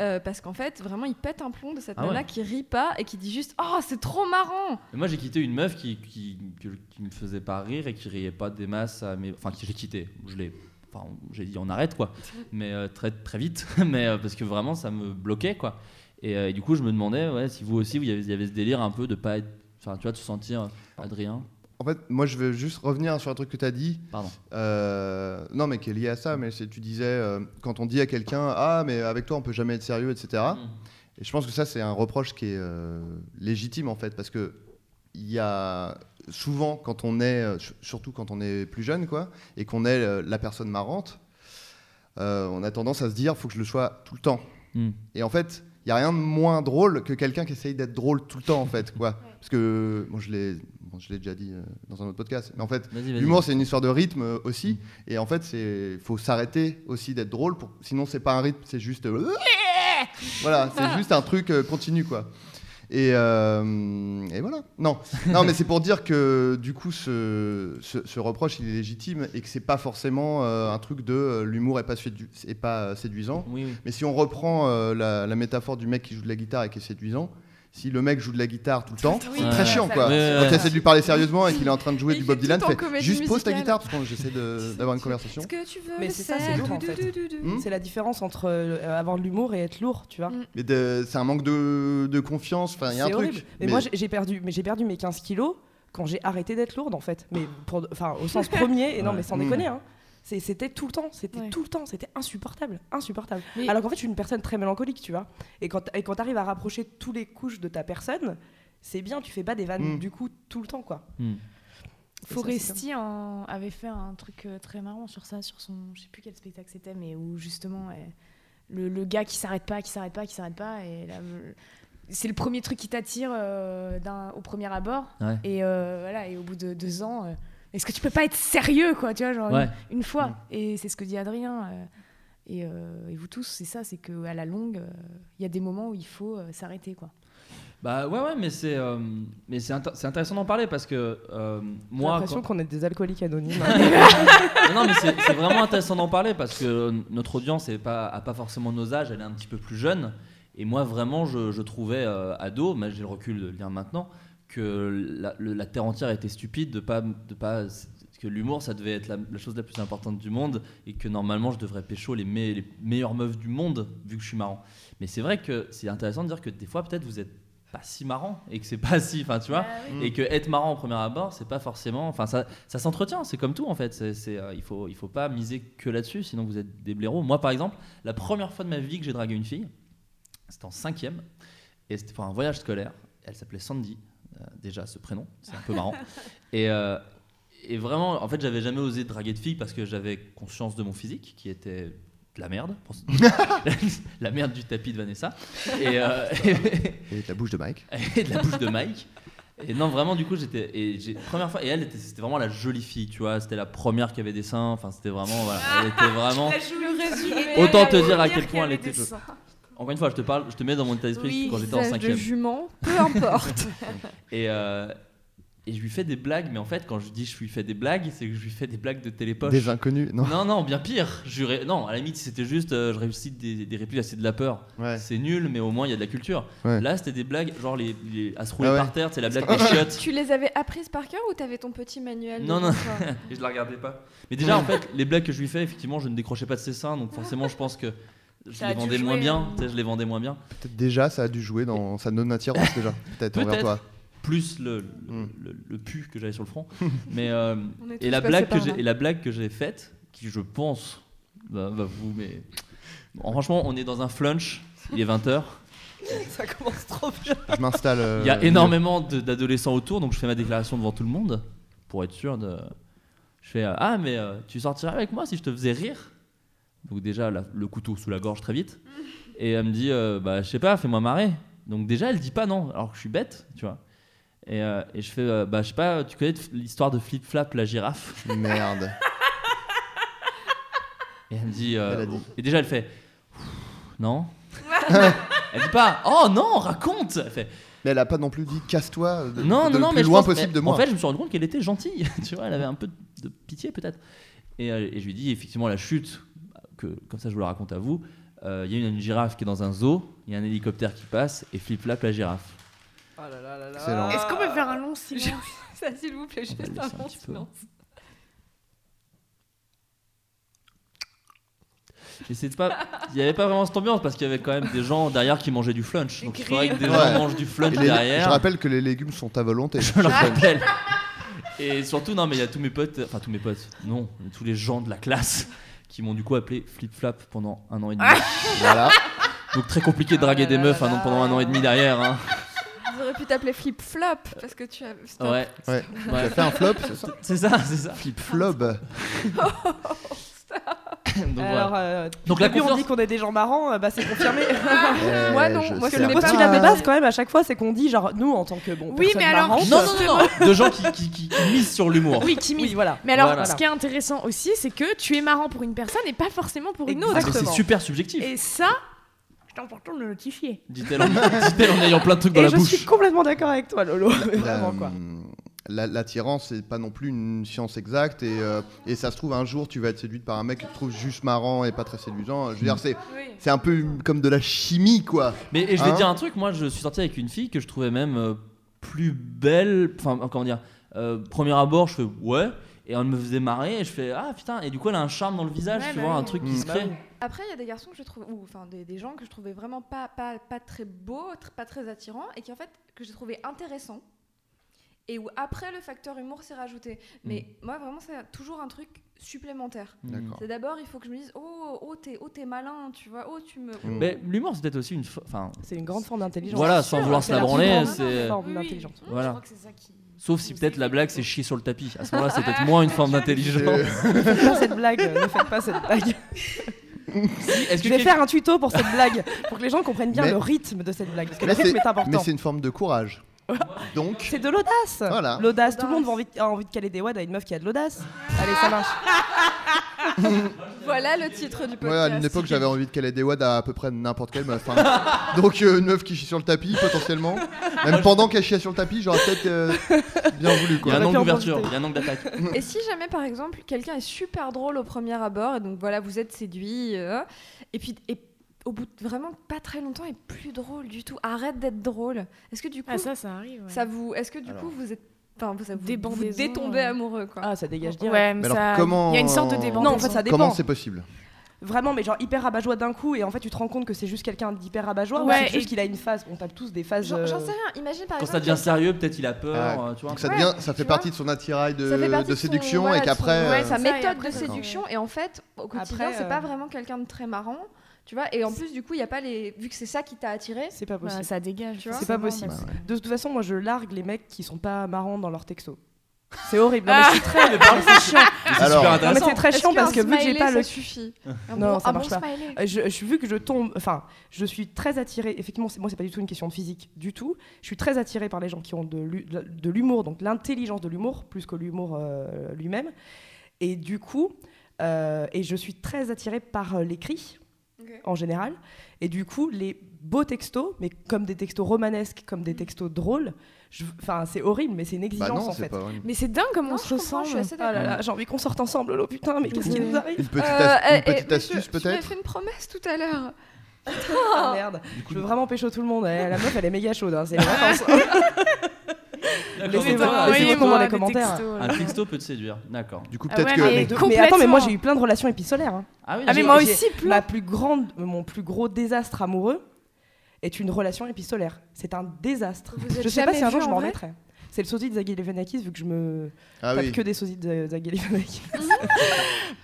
euh, parce qu'en fait, vraiment, il pète un plomb de cette
Ah
nana
ouais.
qui rit pas et qui dit juste oh, c'est trop marrant
Et Moi, j'ai quitté une meuf qui, qui, que- qui me faisait pas rire et qui riait pas des masses. à mes- Enfin, qui j'ai quitté. Je l'ai. Enfin, j'ai dit on arrête quoi. Mais euh, très très vite. Mais euh, parce que vraiment, ça me bloquait quoi. Et, euh, et du coup, je me demandais ouais, si vous aussi, vous y avez- il y avait ce délire un peu de pas être. Enfin, tu vois, de se sentir. euh, Adrien.
En fait, moi je veux juste revenir sur un truc que tu as dit.
Pardon.
Euh, non, mais qui est lié à ça. Mais c'est- tu disais, euh, quand on dit à quelqu'un, ah, mais avec toi on peut jamais être sérieux, etc.
Mmh.
Et je pense que ça, c'est un reproche qui est euh, légitime, en fait, parce que il y a souvent, quand on est, euh, su- surtout quand on est plus jeune, quoi, et qu'on est euh, la personne marrante, euh, on a tendance à se dire, faut que je le sois tout le temps.
Mm.
Et en fait, il n'y a rien de moins drôle que quelqu'un qui essaye d'être drôle tout le temps, en fait, quoi. Parce que, bon, je l'ai bon, je l'ai déjà dit euh, dans un autre podcast, mais en fait,
Vas-y, vas-y.
L'humour, c'est une histoire de rythme euh, aussi.
Mm.
Et en fait, c'est faut s'arrêter aussi d'être drôle. Pour... Sinon, c'est pas un rythme, c'est juste. euh, Voilà, c'est juste un truc euh, continu, quoi. Et, euh, et voilà. Non, non mais c'est pour dire que du coup, ce, ce, ce reproche, il est légitime et que c'est pas forcément euh, un truc de euh, l'humour est pas, sédu- est pas euh, séduisant.
Oui, oui.
Mais si on reprend euh, la, la métaphore du mec qui joue de la guitare et qui est séduisant, si le mec joue de la guitare tout le temps,
Oui,
c'est
ouais,
très
ouais,
chiant
ça-
quoi.
Ouais, ouais,
Quand
ouais.
tu essaies de lui parler sérieusement et qu'il est en train de jouer
Il
du
fait
Bob
tout
Dylan,
en
fais
comédie
juste pose ta
musicale.
guitare parce que j'essaie de- d'avoir une conversation.
Est-ce que tu veux
Mais
le
c'est ça, c'est
sel
lourd, en
Du-
fait.
du- du- du-
Hmm
C'est la différence entre euh, avoir de l'humour et être lourd, tu vois.
Mm.
Mais de- c'est un manque de, de confiance, enfin il y a un
C'est horrible.
truc.
Mais, moi, j'ai- j'ai perdu, mais j'ai perdu mes 15 kilos quand j'ai arrêté d'être lourde, en fait. Mais pour, enfin, au sens premier, et non,
Ouais.
mais sans
Mm.
déconner. hein. C'est- C'était tout le temps, c'était
Ouais.
tout le temps, c'était insupportable, insupportable.
Mais-
Alors qu'en fait, je suis une personne très mélancolique, tu vois. Et quand et quand t'arrives à rapprocher tous les couches de ta personne, c'est bien, tu fais pas des vannes
Mm.
du coup tout le temps, quoi.
Mm.
Et ça, c'est
Foresti en- avait fait un truc euh, très marrant sur ça, sur son, je sais plus quel spectacle c'était, mais où justement elle- le, le gars qui s'arrête pas, qui s'arrête pas, qui s'arrête pas, et la- c'est le premier truc qui t'attire euh, d'un- au premier abord,
Ouais.
et euh, voilà, et au bout de deux ans, euh, est-ce que tu peux pas être sérieux, quoi, tu vois, genre
Ouais.
une, une fois,
Mm.
et c'est ce que dit Adrien. euh, et, euh, et vous tous, c'est ça, c'est que à la longue, euh, il y a des moments où il faut euh, s'arrêter, quoi.
Bah ouais, ouais, mais c'est euh, mais c'est intér- c'est intéressant d'en parler parce que euh,
J'ai
moi.
l'impression
quand-
qu'on est des alcooliques anonymes. hein.
Non, non, mais c'est c'est vraiment intéressant d'en parler parce que notre audience n'a pas, a pas forcément nos âges, elle est un petit peu plus jeune. Et moi, vraiment, je, je trouvais euh, ado, mais j'ai le recul de le dire maintenant, que la, le- la terre entière était stupide de pas. De pas que l'humour, ça devait être la, la chose la plus importante du monde et que normalement, je devrais pécho les, me- les meilleures meufs du monde vu que je suis marrant. Mais c'est vrai que c'est intéressant de dire que des fois, peut-être, vous êtes pas si marrant et que c'est pas si. Enfin, tu vois et que être marrant au premier abord, c'est pas forcément. Enfin, ça, ça s'entretient, c'est comme tout en fait. C'est, c'est, euh, il, faut, il faut pas miser que là-dessus, sinon vous êtes des blaireaux. Moi par exemple, la première fois de ma vie que j'ai dragué une fille, c'était en cinquième, et c'était pour un voyage scolaire. Elle s'appelait Sandy, euh, déjà ce prénom, c'est un peu marrant. et, euh, et vraiment, en fait, j'avais jamais osé draguer de fille parce que j'avais conscience de mon physique qui était de la merde, pour- la merde du tapis de Vanessa. Et, euh,
Et la bouche de Mike.
et de la bouche de Mike. Et non, vraiment, du coup, j'étais. Et j'ai- première fois. Et elle, était- c'était vraiment la jolie fille, tu vois. C'était la première qui avait des seins. Enfin, c'était vraiment. Voilà, elle était vraiment.
le résumé.
Autant te dire à quel point elle était. Encore une fois, je te parle, je te mets dans mon état d'esprit
Oui,
quand j'étais en
Visage de
cinquième.
jument, peu importe.
Et, euh, et je lui fais des blagues, mais en fait, quand je dis je lui fais des blagues, c'est que je lui fais des blagues de télépoche.
Des inconnus, non
Non, non, bien pire. Je ré- Non, à la limite, si c'était juste, euh, je réussite des, des répliques, c'est de la peur.
Ouais.
C'est nul, mais au moins, il y a de la culture.
Ouais.
Là, c'était des blagues, genre les, les- à se rouler
Ah ouais.
par terre, c'est la blague des chiottes.
tu les avais apprises par cœur ou t'avais ton petit manuel
Non,
devant
non.
toi
Et je la regardais pas. Mais déjà, en fait, les blagues que je lui fais, effectivement, je ne décrochais pas de ses seins, donc forcément, je pense que je
Ça a
les
dû
vendais
jouer,
moins bien.
hein.
Tu sais, je les vendais moins bien.
Peut-être déjà, ça a dû jouer dans sa non-attirance déjà. Peut-être envers
Peut-être.
toi.
Plus le, le,
Mm.
le- le pu que j'avais sur le front. mais, euh,
On est tous
et, la
passés
blague que
par
j'ai-
là.
et la blague que j'ai faite, qui je pense va, va vous, mais. Bon, franchement, on est dans un flunch, il est 20h.
Ça commence trop bien.
Je m'installe. euh,
Il y a énormément de- d'adolescents autour, donc je fais ma déclaration devant tout le monde pour être sûr de. Je fais euh, Ah, mais euh, tu sortirais avec moi si je te faisais rire Donc, déjà, la- le couteau sous la gorge très vite. Et elle me dit euh, Bah, je sais pas, fais-moi marrer. Donc, déjà, elle dit pas non, alors que je suis bête, tu vois. Et, euh, et je fais euh, Bah, je sais pas, tu connais l'histoire de Flip Flap, la girafe
milieu. Merde.
Et elle me dit. euh,
Elle a dit.
Et déjà, elle fait. Non. elle dit pas. Oh non, raconte. Elle fait.
Mais elle a pas non plus dit casse-toi de-
Non, non,
de le
non,
plus
mais je
loin
pense-
possible
mais
de moi.
En fait, je me suis rendu compte qu'elle était gentille. tu vois, elle avait un peu de pitié peut-être. Et, euh, et je lui dis effectivement la chute. Que comme ça, je vous la raconte à vous. euh, Il y a une, une girafe qui est dans un zoo. Il y a un hélicoptère qui passe et flip flap la girafe.
Oh là là là là.
Excellent.
Est-ce qu'on peut faire un long silence
Ça, s'il vous
On va
plaît, juste
le
un
laisser un
bon
petit peu.
silence.
J'essaie de pas. Il n'y avait pas vraiment cette ambiance parce qu'il y avait quand même des gens derrière qui mangeaient du flunch. Donc il faudrait que des gens
Ouais.
mangent du
Et
flunch
les-
derrière.
je rappelle que les légumes sont à volonté.
je le rappelle. Et surtout, non, mais il y a tous mes potes, enfin tous mes potes, non, tous les gens de la classe qui m'ont du coup appelé Flip Flap pendant un an et demi.
voilà.
Donc très compliqué de draguer
Ah là
des
là
meufs
là
hein,
là.
pendant un an et demi derrière. hein.
Ils auraient pu t'appeler Flip Flop parce que tu as. Stop.
Ouais.
Ouais. Tu
Ouais.
as fait un flop, c'est ça
C'est ça, c'est ça.
Flip flop.
Donc
Alors,
voilà.
euh,
Donc la
depuis, on
confiance.
dit qu'on est des gens marrants, euh, bah c'est confirmé.
Euh,
Eh,
Moi, non.
je
Moi,
Parce
ce
que
sais
le
n'est pas-
postulat de base, quand même, à chaque fois, c'est qu'on dit, genre, nous, en tant que bon, euh,
Oui, mais alors,
Non, non, non, non. De gens qui, qui, qui- qui misent sur l'humour.
Oui, Kimi.
Oui, voilà.
Mais alors,
Voilà.
ce qui est intéressant aussi, c'est que tu es marrant pour une personne et pas forcément pour une
Ah, mais
autre.
c'est
Exactement.
super subjectif,
Et ça, c'est important de le notifier.
dit-elle en, dit-elle en ayant plein de trucs dans
Et
la
je
bouche.
suis complètement d'accord avec toi, Lolo. Mais
La- hum,
vraiment, quoi.
la- L'attirance, c'est pas non plus une science exacte et, euh, et ça se trouve un jour tu vas être séduite par un mec qui te trouve juste marrant et pas très séduisant. Je veux dire, c'est c'est un peu comme de la chimie quoi.
Mais et je vais
Hein
dire un truc, moi je suis sorti avec une fille que je trouvais même euh, plus belle, enfin euh, comment dire, euh, premier abord je fais ouais, et elle me faisait marrer et je fais ah putain, et du coup elle a un charme dans le visage,
Ouais,
tu
bah
vois,
oui.
un truc qui
Mm.
se crée.
Après, il y a des garçons que je trouve, ou enfin des, des gens que je trouvais vraiment pas, pas, pas très beaux, tr- pas très attirants, et qui en fait, que j'ai trouvé intéressants, et où après le facteur humour s'est rajouté. Mais
Mm.
moi, vraiment, c'est toujours un truc supplémentaire.
Mmh.
D'accord.
C'est d'abord, il faut que je me dise, oh, oh, t'es, oh, t'es malin, tu vois, oh, tu me.
Mm.
Mais l'humour c'est peut-être aussi une. fa- Enfin,
C'est une grande forme d'intelligence.
voilà,
c'est
sans
sûr,
vouloir
c'est
se
la
la
plus
branler,
grande
c'est.
forme
Oui, oui.
d'intelligence.
Mmh,
Voilà.
je crois que c'est ça qui-
Sauf si peut-être la blague c'est chier sur le tapis. À ce moment-là, c'est peut-être moins une forme d'intelligence.
Ne faites pas cette blague. euh, Ne faites pas cette blague.
Est-ce
Je
que
vais
quel-
faire un tuto pour cette blague, pour que les gens comprennent bien
Mais-
le rythme de cette blague, parce que
Mais
le rythme
c'est-
est
Mais
important.
c'est une forme de courage. Donc,
C'est de l'audace.
Voilà.
L'audace, tout le monde va envie- a envie de caler des wads à une meuf qui a de l'audace. Allez, ça marche.
Voilà le titre du
ouais,
podcast.
à une époque j'avais envie de caler des wads à à peu près n'importe quelle meuf. hein. Donc euh, une meuf qui chie sur le tapis potentiellement. Même pendant qu'elle chie sur le tapis, j'aurais peut-être euh, bien voulu
Il y a
quoi.
un
J'aurais
angle
pu en
d'ouverture,
profiter.
il y a un angle d'attaque.
Et si jamais, par exemple, quelqu'un est super drôle au premier abord, et donc voilà, vous êtes séduit, euh, et puis et au bout de vraiment pas très longtemps, il est plus drôle du tout. Arrête d'être drôle. Est-ce que du coup,
Ah, ça, ça arrive. Ouais,
ça vous, est-ce que du
Alors.
coup vous êtes, enfin, vous, ça vous,
Des
vous
bandaisons,
détombez
euh.
amoureux quoi.
Ah, ça dégage direct.
Ouais, mais,
Mais alors,
ça-
comment-
Il y a une sorte de débat.
Non, en fait, ça dépend.
Comment c'est possible
Vraiment, mais genre hyper rabat d'un coup, et en fait, tu te rends compte que c'est juste quelqu'un d'hyper rabat-joie, ou
Ouais,
c'est juste
et-
qu'il a une phase. On tape tous des phases.
J'en j'en
euh,
sais rien. Imagine par
Quand ça
exemple.
devient sérieux, peut-être il a peur,
Ouais.
euh, tu vois.
Donc ça
Ouais,
devient, ça
tu
fait
vois.
partie de son attirail de,
ça fait partie
de
son-
séduction
voilà,
et
de son-
qu'après.
ouais,
euh,
sa
C'est ça, et
méthode
après,
de
ça-
séduction et en fait au quotidien
Après,
c'est
euh,
pas vraiment quelqu'un de très marrant tu vois et en plus du coup il y a pas les vu que c'est ça qui t'a attiré
C'est pas possible.
Bah, ça dégage.
Tu vois
Bah, c'est pas possible.
Bah ouais.
De toute façon, moi, je largue les mecs qui sont pas marrants dans leurs textos. C'est horrible. Ah. Non, mais c'est très, c'est chiant.
C'est
Alors-
super
Non, mais
intéressant.
c'est très
Est-ce
chiant
qu'un
parce que vu que j'ai
smiley,
pas
ça
le
suffit. Un
Non,
bon-
ça
un bon
marche pas.
smiley.
Euh, Je, je- vu que je tombe, enfin, je suis très attirée. Effectivement, c'est- moi, c'est pas du tout une question de physique du tout. Je suis très attirée par les gens qui ont de l'hu- de de l'humour, donc l'intelligence de l'humour plus que l'humour euh, lui-même. Et du coup, euh, et je suis très attirée par euh, l'écrit
Ok.
en général. Et du coup, les beaux textos, mais comme des textos romanesques, comme des textos drôles. je- Enfin, c'est horrible, mais c'est une
Bah
exigence
non,
en
c'est
fait.
pas Mm. vrai.
Mais c'est dingue comme
Non,
on
je
se
comprends,
ressemble.
je suis assez
Oh là là, j'ai envie qu'on sorte ensemble, là, putain, mais qu'est-ce qui
Mm.
nous arrive
Une petite,
Euh,
as- une
eh, eh,
petite
monsieur,
astuce
Tu m'avais
peut-être
fait une promesse tout à l'heure.
Ah, merde,
Du coup,
je veux vraiment pécho tout le monde. Eh, La meuf, elle est méga chaude, hein, c'est les vacances.
D'accord,
laissez
donc,
voir,
ah,
laissez
c'est-
voir.
Envoyez-moi
dans les
des
commentaires.
textos,
Un
là.
texto peut te séduire, d'accord.
du coup
Ah
peut-être
ouais,
que
mais-
les-
Mais
Complètement.
attends, mais moi j'ai eu plein de relations épistolaires. hein.
Ah oui,
Ah, mais
j'ai-
moi
j'ai-
aussi, plein.
Ma plus grande, mon plus gros désastre amoureux est une relation épistolaire. C'est un désastre.
Vous êtes
Je sais pas
jamais
si un jour
vus
je
en
m'en
vrai
remettrai. C'est le sosie de Zaghi Levenakis vu que je me
Ah
tape
oui.
que des sosies de Zaghi Levenakis.
Ah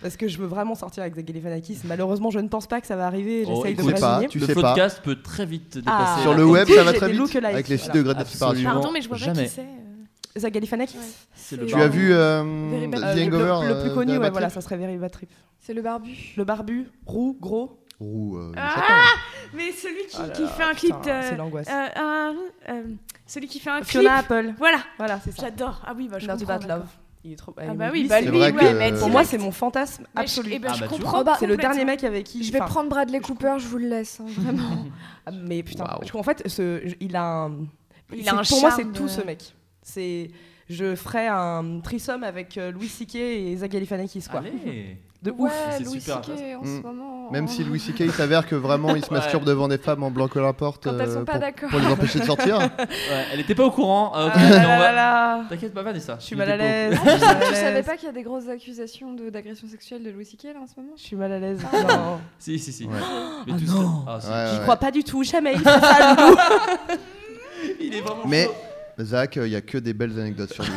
Parce que je veux vraiment sortir avec Zaghi Levenakis. Malheureusement, je ne pense pas que ça va arriver.
Oh,
J'essaye de
écoute,
me
tu sais pas,
résigner.
tu
le
sais pas.
podcast peut très vite dépasser.
Ah.
Sur le
Écoute,
web, ça va
j'ai
très
des
vite.
lookalikes,
Avec les filles
voilà.
de grade de séparation.
Absolument.
Pardon, mais je vois
Jamais.
pas qui c'est. euh.
Zaghi Levenakis.
Ouais.
C'est le
Tu
Tu as
baron.
vu euh,
Very bad
The
Euh, le,
Hangover
le
euh,
plus
de
connu, ouais,
Matrix
voilà, ça serait Very Bad Trip.
C'est le barbu.
Le barbu, roux, gros.
Roux, euh,
Ah
chaton.
Mais celui qui,
Oh là
qui
là,
fait un clip.
putain,
euh,
C'est l'angoisse.
euh, un- euh, celui qui fait un clip.
Fiona Apple.
Voilà,
Voilà, c'est ça.
j'adore. Ah oui, bah je
Not
comprends,
Bad
d'accord.
Love. Il est trop.
Ah bah
lui,
oui,
lui,
bah
c'est-
lui,
C'est vrai
ouais,
que-
mais
Pour
direct.
moi, c'est mon fantasme
Mais je- eh
absolu.
ben,
Ah
je
bah, tu
comprends.
vois.
C'est le
complètement.
dernier mec avec qui.
Je vais
enfin,
prendre Bradley Cooper, je vous le laisse, hein, vraiment.
ah, Mais putain,
Waouh.
je crois- en fait, ce- je- il a un.
Il
c'est-
a un
Pour moi,
charme,
c'est tout
euh.
ce mec. C'est. Je ferais un trisome avec euh, Louis C.K. et Zach Galifianakis, quoi.
Allez.
De ouf.
ouais,
c'est
Louis
super hein.
C.K. en
Mm.
ce moment.
Même si Louis C.K. il s'avère que vraiment il se
Ouais.
masturbe devant des femmes en blanc colporte
Quand elles sont pas
pour,
d'accord.
pour les empêcher de sortir.
Ouais, elle était pas au courant. euh, ok,
Ah là
mais on
là
va-
là là.
T'inquiète pas, Vanessa.
Je suis
il
mal à
était pas au courant.
l'aise.
Ah,
je
je savais-
suis mal à
tu savais
l'aise.
pas qu'il y a des grosses accusations de- d'agression sexuelle de Louis C.K. là en ce moment
Je suis mal à l'aise.
Ah.
non.
Si, si, si.
Ouais.
Mais
Ah
tout
non.
ça- ah, si.
Ouais,
J'y
ouais.
crois pas du tout, jamais. il fait ça, Loulou.
Il est vraiment
Mais
chaud.
Zach, euh, il y a que des belles anecdotes sur lui.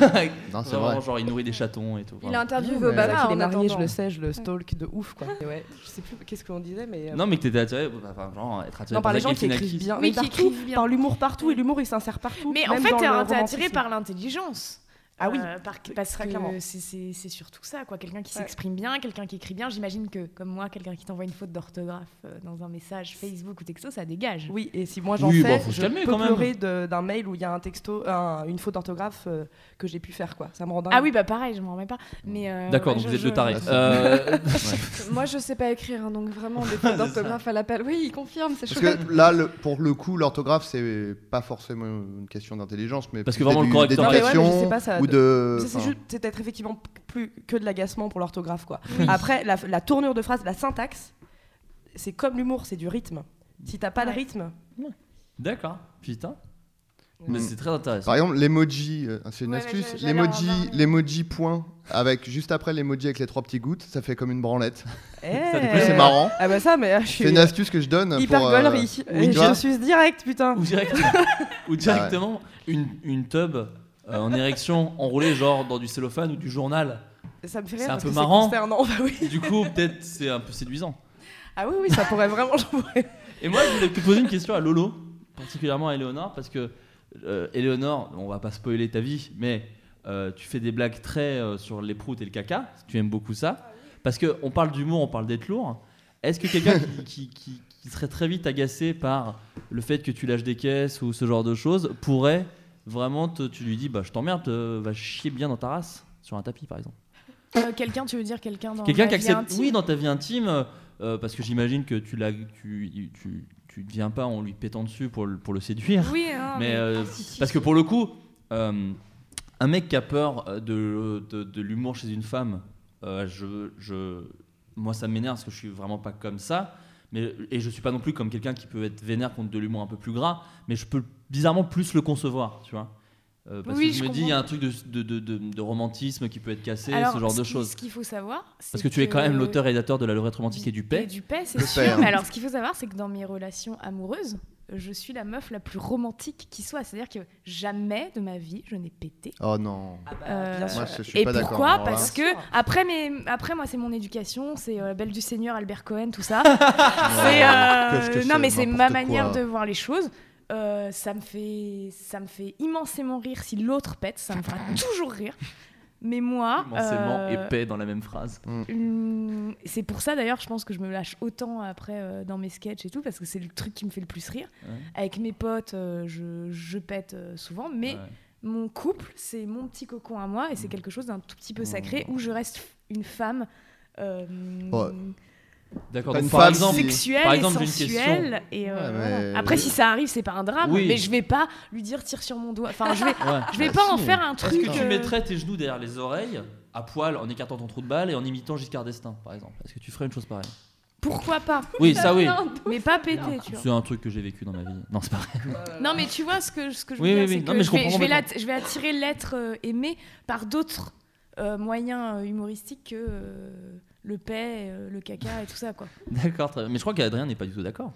non, c'est
Vraiment,
vrai.
genre, il nourrit des chatons et tout.
Il a interviewé
mais
Zach,
Obama
il est
en
marié, je
attendant.
le sais, je le stalk de ouf, quoi. Et ouais, je sais plus qu'est-ce qu'on disait, mais. euh,
Non, mais que t'étais attiré. bah, Enfin, genre, être attiré
Non, par les
Zach
gens qui
Galifianakis.
écrivent bien.
Oui,
mais
qui
partout,
écrivent bien. Mm.
Par l'humour partout, et l'humour il s'insère partout.
Mais en
même
fait,
dans
t'es
le
t'es attiré
romantisme.
par l'intelligence.
Ah oui,
Euh, par- parce
très
que
clairement.
c'est- c'est c'est surtout ça, quoi. Quelqu'un qui
Ouais.
s'exprime bien, quelqu'un qui écrit bien. J'imagine que, comme moi, quelqu'un qui t'envoie une faute d'orthographe euh, dans un message Facebook ou texto, ça dégage.
oui, et si moi j'en
Oui, bah,
fais,
faut se
je
calmer
peux
quand même.
pleurer de- d'un mail où il y a un texto, un- une faute d'orthographe euh, que j'ai pu faire, quoi. Ça me rend dingue.
Ah oui, bah pareil, je m'en remets pas. Mais euh,
D'accord,
ouais,
donc
je-
vous êtes
je-
deux tarés.
je-
Euh,
Moi, je sais pas écrire, hein, donc vraiment, des fautes d'orthographe à l'appel. Oui, il confirme, c'est
Parce
chaud.
que là, le- pour le coup, l'orthographe, c'est pas forcément une question d'intelligence, mais
Parce que
peut-être
vraiment, le
du-
correcteur-
Non, mais ouais, mais je
d'éducation
sais pas, ça-
ou de.
Ça, c'est
enfin,
juste- c'est peut-être effectivement p- plus que de l'agacement pour l'orthographe, quoi.
Oui.
Après, la, la tournure de phrase, la syntaxe, c'est comme l'humour, c'est du rythme. Si t'as pas le
Ouais.
rythme,
D'accord, putain. Mais
Mm.
c'est très intéressant.
Par exemple, l'emoji, euh, c'est une
Ouais,
astuce,
mais j'allais en
l'emoji,
revenir.
l'emoji point, avec juste après l'emoji avec les trois petits gouttes, ça fait comme une branlette.
Euh,
eh.
du coup,
Mais C'est marrant.
Ah bah ça, mais euh, je suis
C'est une astuce que je donne
hyper
pour. euh,
gaulerie.
oui,
Et
tu
je
vois.
suis direct, putain.
Ou, direct- ou directement une, une tub euh, en érection enroulée genre dans du cellophane ou du journal.
Ça me fait
C'est un
rire. parce
peu
que
marrant.
consternant, bah oui.
Du coup, peut-être c'est un peu séduisant.
Ah oui, oui, ça pourrait vraiment. j'en pourrais.
Et moi, je voulais te poser une question à Lolo, particulièrement à Eleonore, parce que euh, Eleonore, on va pas spoiler ta vie, mais euh, tu fais des blagues très euh, sur les proutes et le caca. Tu aimes beaucoup ça, parce que on parle d'humour, on parle d'être lourd. Est-ce que quelqu'un qui, qui- qui- qui serait très vite agacé par le fait que tu lâches des caisses ou ce genre de choses pourrait vraiment, te- tu lui dis, bah je t'emmerde, euh, va chier bien dans ta race sur un tapis, par exemple.
Euh, quelqu'un, tu veux dire quelqu'un dans
Quelqu'un qui
la vie
accepte.
intime
Oui, dans ta vie intime, euh, euh, parce que j'imagine que tu la, tu, tu, tu ne viens pas en lui pétant dessus pour le, pour le séduire.
Oui, hein,
mais
mais-
euh,
Ah,
parce que pour le coup, euh, un mec qui a peur euh, de, de, de l'humour chez une femme, euh, je, je, moi ça m'énerve parce que je suis vraiment pas comme ça. Mais, et je suis pas non plus comme quelqu'un qui peut être vénère contre de l'humour un peu plus gras, mais je peux bizarrement plus le concevoir, tu vois. Euh, parce
Oui,
que je,
je
me dis, il y a un truc de, de, de, de, de romantisme qui peut être cassé,
Alors,
ce genre
ce
de
qui-
choses.
Ce qu'il faut savoir, c'est
Parce que tu es quand même l'auteur et rédacteur de la levrette romantique et du paix.
Et du paix, c'est
Le
sûr.
paix, hein.
Mais alors, ce qu'il faut savoir, c'est que dans mes relations amoureuses, je suis la meuf la plus romantique qui soit. C'est-à-dire que jamais de ma vie, je n'ai pété.
Oh non.
Euh,
bien sûr.
Moi, je suis
Et
pas d'accord.
pourquoi
alors là.
Parce que
Bien sûr.
après, mes, après moi, c'est mon éducation, c'est euh, Belle du Seigneur, Albert Cohen, tout ça.
Non,
C'est, euh,
qu'est-ce que
non, mais c'est ma
n'importe
manière
quoi.
de voir les choses. Euh, ça me fait, ça me fait immensément rire si l'autre pète. Ça me fera toujours rire. Mais moi,
Immensément
euh,
épais dans la même phrase.
Hum, C'est pour ça d'ailleurs, je pense que je me lâche autant après euh, dans mes sketchs et tout, parce que c'est le truc qui me fait le plus rire.
Ouais.
Avec mes potes, euh, je, je pète euh, souvent, mais
Ouais.
mon couple, c'est mon petit cocon à moi et c'est
Mm.
quelque chose d'un tout petit peu sacré où je reste f- une femme. euh,
Ouais.
D'accord,
Pas
donc
une
par
femme,
exemple,
c'est-
sexuelle
par exemple, j'ai
et
une question.
sensuelle et euh,
Ouais,
voilà.
mais-
après si ça arrive c'est pas un drame
Oui.
mais je vais pas lui dire tire sur mon doigt enfin je vais
ouais.
je vais
Bah,
pas
si.
en faire un
Est-ce
truc
que tu
euh,
mettrais tes genoux derrière les oreilles, à poil, en écartant ton trou de balle et en imitant Giscard d'Estaing, par exemple Est-ce que tu ferais une chose pareille
pourquoi pas
Oui, ça oui.
Plein de-
mais pas péter tu vois
C'est un truc que j'ai vécu dans ma vie. Non, c'est pas vrai.
Non, mais tu vois ce que, ce que je
Oui,
veux
oui,
dire,
oui.
c'est
Non,
que
mais
je
je
vais,
comprends
je vais
complètement.
la- je vais attirer l'être euh, aimé par d'autres euh, moyens euh, humoristiques que euh, le paix, euh, le caca et tout ça, quoi.
D'accord, très bien. Mais je crois qu'Adrien n'est pas du tout d'accord.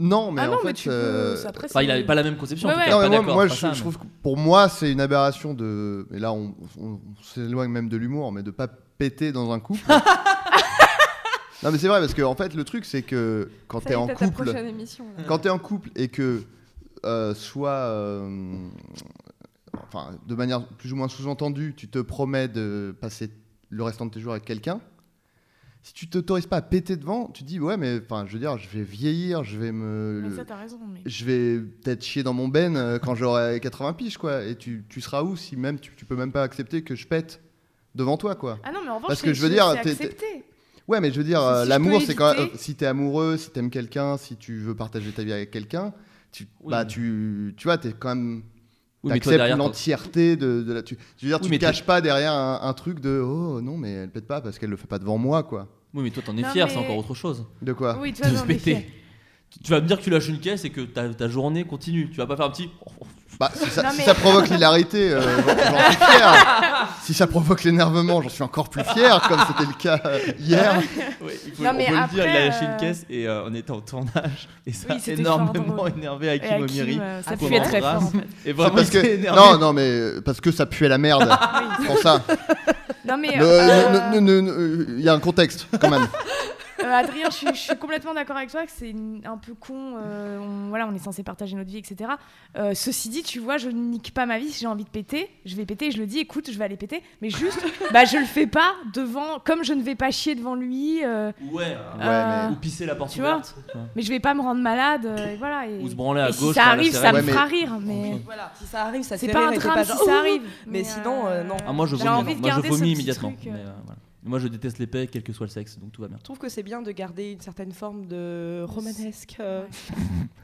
Non, mais
ah
en
non,
fait.
mais tu
euh,
peux... ça, après,
Enfin, il
c'est-
avait pas la même conception.
Ouais,
en tout
ouais.
cas, pas
Non, mais moi,
d'accord,
moi,
pas
je,
ça,
je
mais-
trouve que pour moi, c'est une aberration de. Et là, on, on- on s'éloigne même de l'humour, mais de pas péter dans un couple. non, mais c'est vrai, parce que en fait, le truc, c'est que quand
Ça
t'es
y est,
en
t'as ta
couple,
prochaine émission. là.
quand t'es en couple et que euh, soit, euh, enfin, de manière plus ou moins sous-entendue, tu te promets de passer le restant de tes jours avec quelqu'un. Si tu t'autorises pas à péter devant, tu te dis ouais mais enfin je veux dire je vais vieillir, je vais me
Mais ça, t'as raison. mais-
je vais peut-être chier dans mon ben euh, quand j'aurai 80 piges, quoi. Et tu, tu seras où si même tu, tu peux même pas accepter que je pète devant toi, quoi.
Ah non, mais en revanche,
Parce que
c'est-
je veux dire,
c'est
t'es- t'es-
accepté.
Ouais, mais je veux dire,
Si
euh,
je peux
l'amour, c'est quand même.
éviter-
euh, si t'es amoureux, si t'aimes quelqu'un, si tu veux partager ta vie avec quelqu'un, tu,
Oui,
bah,
mais-
tu, tu vois, t'es quand même.
Oui, mais toi,
T'acceptes
derrière, toi-
l'entièreté de, de la. Tu, je veux dire,
Oui,
tu
mais
te caches pas derrière un, un truc de oh non, mais elle pète pas parce qu'elle le fait pas devant moi, quoi.
Oui, mais toi, t'en es
Non,
fier,
mais-
c'est encore autre chose.
De quoi
Oui, tu
De
vois,
se
j'en ai
péter.
fait.
Tu- Tu vas me dire que tu lâches une caisse et que ta, ta journée continue. Tu vas pas faire un petit.
Bah, si ça,
Non,
si
mais-
ça provoque l'hilarité, euh, j'en j'en suis fier. si ça provoque l'énervement, j'en suis encore plus fier, comme c'était le cas euh, hier.
Ouais, il faut,
Non,
on
mais
peut le dire, il a
après,
lâché
euh,
une caisse et euh, on était en tournage. Et ça
Oui,
a
c'était fort
énormément
drôle.
énervé
Et Hakim,
Hakim Omiri.
euh, ça
qu'on
puait très fort.
embrasse.
en fait.
Et
C'est
vraiment,
parce
il s'est
que
énervé.
non, non, mais euh, parce que ça puait la merde. C'est pour ça.
Non, mais
Ne-
euh,
ne- ne- ne- ne- Il y a un contexte quand même.
Euh, Adrien, je suis, je suis complètement d'accord avec toi que c'est une- un peu con. euh, on, voilà, on est censé partager notre vie, etc. Euh, ceci dit, tu vois, je ne nique pas ma vie. Si j'ai envie de péter, je vais péter. Je le dis, écoute, je vais aller péter. Mais juste, bah, je le fais pas devant. Comme je ne vais pas chier devant lui, euh,
Ouais. hein.
Ouais,
Euh,
Ou pisser la porte
tu vois,
ouverte.
mais je vais pas me rendre malade. euh, et voilà. Et,
Ou se branler à
et
gauche.
si ça
par la
arrive, ça
sirène.
me
Ouais, mais-
fera rire. Mais
Voilà, si ça arrive, ça te
c'est
fait
pas
rire
un
et t'es genre,
drame
oh
si
Ouh
ça arrive.
Mais sinon, euh, non.
Ah, moi, je
J'ai
vomis.
envie
non.
de
Moi, je
garder ce
vomis
petit
immédiatement.
truc, euh.
mais, euh, voilà. Moi, je déteste les paix, quel que soit le sexe, donc tout va bien.
Je trouve que c'est bien de garder une certaine forme de romanesque, euh,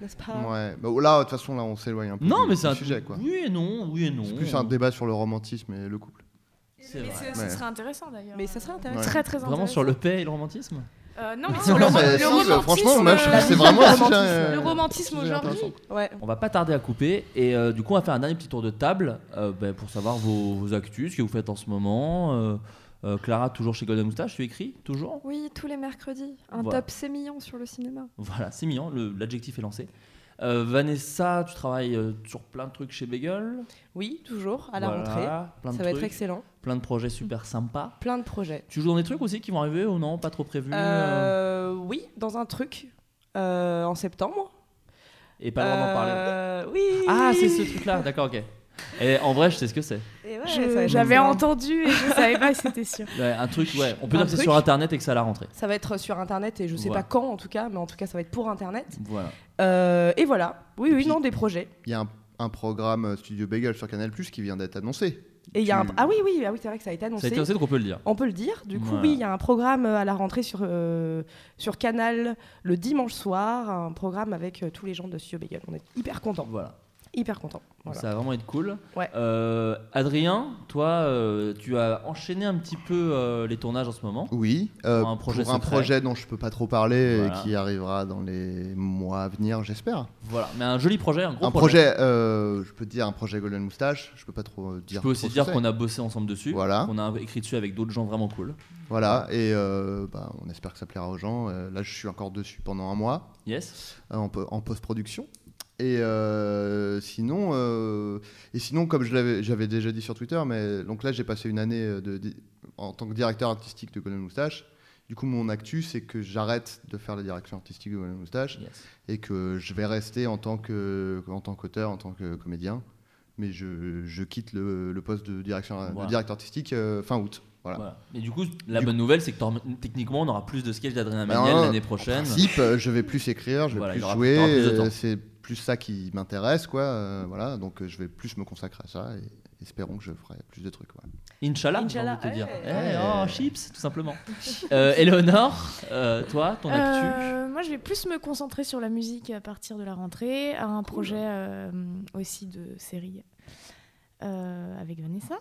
n'est-ce pas
Ouais. Bah, là, de toute façon, là, on s'éloigne un peu.
Non,
du-
mais
du
c'est un
sujet, quoi.
Oui et non, oui et non.
C'est plus un débat sur le romantisme et le couple.
euh, C'est
Mais
vrai.
ce- ce
Ouais.
serait intéressant d'ailleurs.
Mais ça serait intéressant.
Ouais.
Euh, Très très intéressant.
Vraiment sur le paix et le romantisme
Euh, non, mais sur le,
Non, mais
le
si,
romantisme.
franchement, moi, je trouve que c'est
euh,
vraiment un sujet,
le
euh,
romantisme
sujet
aujourd'hui.
intéressant.
Ouais.
On va pas tarder à couper et euh, du coup on va faire un dernier petit tour de table euh, ben, pour savoir vos, vos actus, ce que vous faites en ce moment. euh, euh, Clara toujours chez Golden Moustache, tu écris toujours
Oui, tous les mercredis. Un
Voilà.
top sémillant sur le cinéma.
Voilà, c'est mignon, le- l'adjectif est lancé. Euh, Vanessa, tu travailles euh, sur plein de trucs chez Bagel.
Oui, toujours, à la
Voilà,
rentrée.
Plein de
Ça va être
trucs,
excellent.
plein de projets super sympas.
Plein de projets.
Tu joues dans des trucs aussi qui vont arriver ou non Pas trop prévu euh,
Euh, oui, dans un truc, euh, en septembre.
Et pas vraiment d'en parler.
Euh, Oui
Ah, c'est ce truc-là, d'accord, ok. Et en vrai, je sais ce que c'est.
Et ouais,
Je-
ça va être
J'avais
excellent.
entendu et je savais pas si c'était sûr.
Ouais, un truc, ouais. On peut
Un
dire que c'est
truc.
sur internet et que c'est à la rentrée.
Ça va être sur internet et je sais
Voilà.
pas quand en tout cas, mais en tout cas ça va être pour internet.
Voilà.
Euh, et voilà. Oui, oui,
puis-
non, des projets.
Il y a un, un programme euh, Studio Bagel sur Canal Plus qui vient d'être annoncé.
Et il y a un...
Tu-
Ah oui, oui, ah oui c'est vrai que ça a été
Ça a
annoncé.
été aussi, donc on peut le dire.
On peut le dire. Du coup,
Voilà.
oui, il y a un programme euh, à la rentrée sur, euh, sur Canal le dimanche soir, un programme avec euh, tous les gens de Studio Bagel. On est hyper contents,
Voilà.
hyper contents.
Donc
Voilà.
Ça va vraiment être cool.
Ouais.
Euh, Adrien, toi, euh, tu as enchaîné un petit peu euh, les tournages en ce moment.
Oui. euh,
Pour un projet
pour un
secret.
projet dont je peux pas trop parler
Voilà.
et qui arrivera dans les mois à venir, j'espère.
Voilà, mais un joli projet, un gros
un projet, euh, je peux te dire un projet Golden Moustache, je peux pas trop euh,
Je
dire.
peux aussi dire qu'on a bossé ensemble dessus,
Voilà.
qu'on a écrit dessus avec d'autres gens vraiment cool.
Voilà, et euh, bah, on espère que ça plaira aux gens. Euh, là, je suis encore dessus pendant un mois
Yes.
euh, en, po- en post-production. Et euh, sinon, euh, et sinon, comme je l'avais- j'avais déjà dit sur Twitter, mais donc là, j'ai passé une année euh, de, di- en tant que directeur artistique de Golden Moustache. Du coup, mon actu, c'est que j'arrête de faire la direction artistique de Golden Moustache
yes.
et que je vais rester en tant que en tant qu'auteur, en tant que comédien, mais je, je quitte le, le poste de, direction, de
Voilà.
directeur artistique euh, fin août. Voilà.
Voilà. Et du coup, la
Du
bonne nouvelle, c'est que t'en- techniquement, on aura plus de sketchs d'Adrien
Ben,
Méniel
euh,
l'année
En
prochaine.
principe, euh, je vais plus écrire, je vais
Voilà, il
plus
aura-
jouer,
t'auras plus de
euh,
temps.
c'est plus ça qui m'intéresse, quoi. euh, voilà, donc euh, je vais plus me consacrer à ça et espérons que je ferai plus de trucs. voilà.
Inch'Allah, j'ai
Inch'Allah,
envie de te dire.
ouais.
Eh,
Ouais.
oh, chips, tout simplement. euh, Eleonore, euh, toi, ton actu
Euh, moi, je vais plus me concentrer sur la musique à partir de la rentrée, à un projet euh, aussi de série euh, avec Vanessa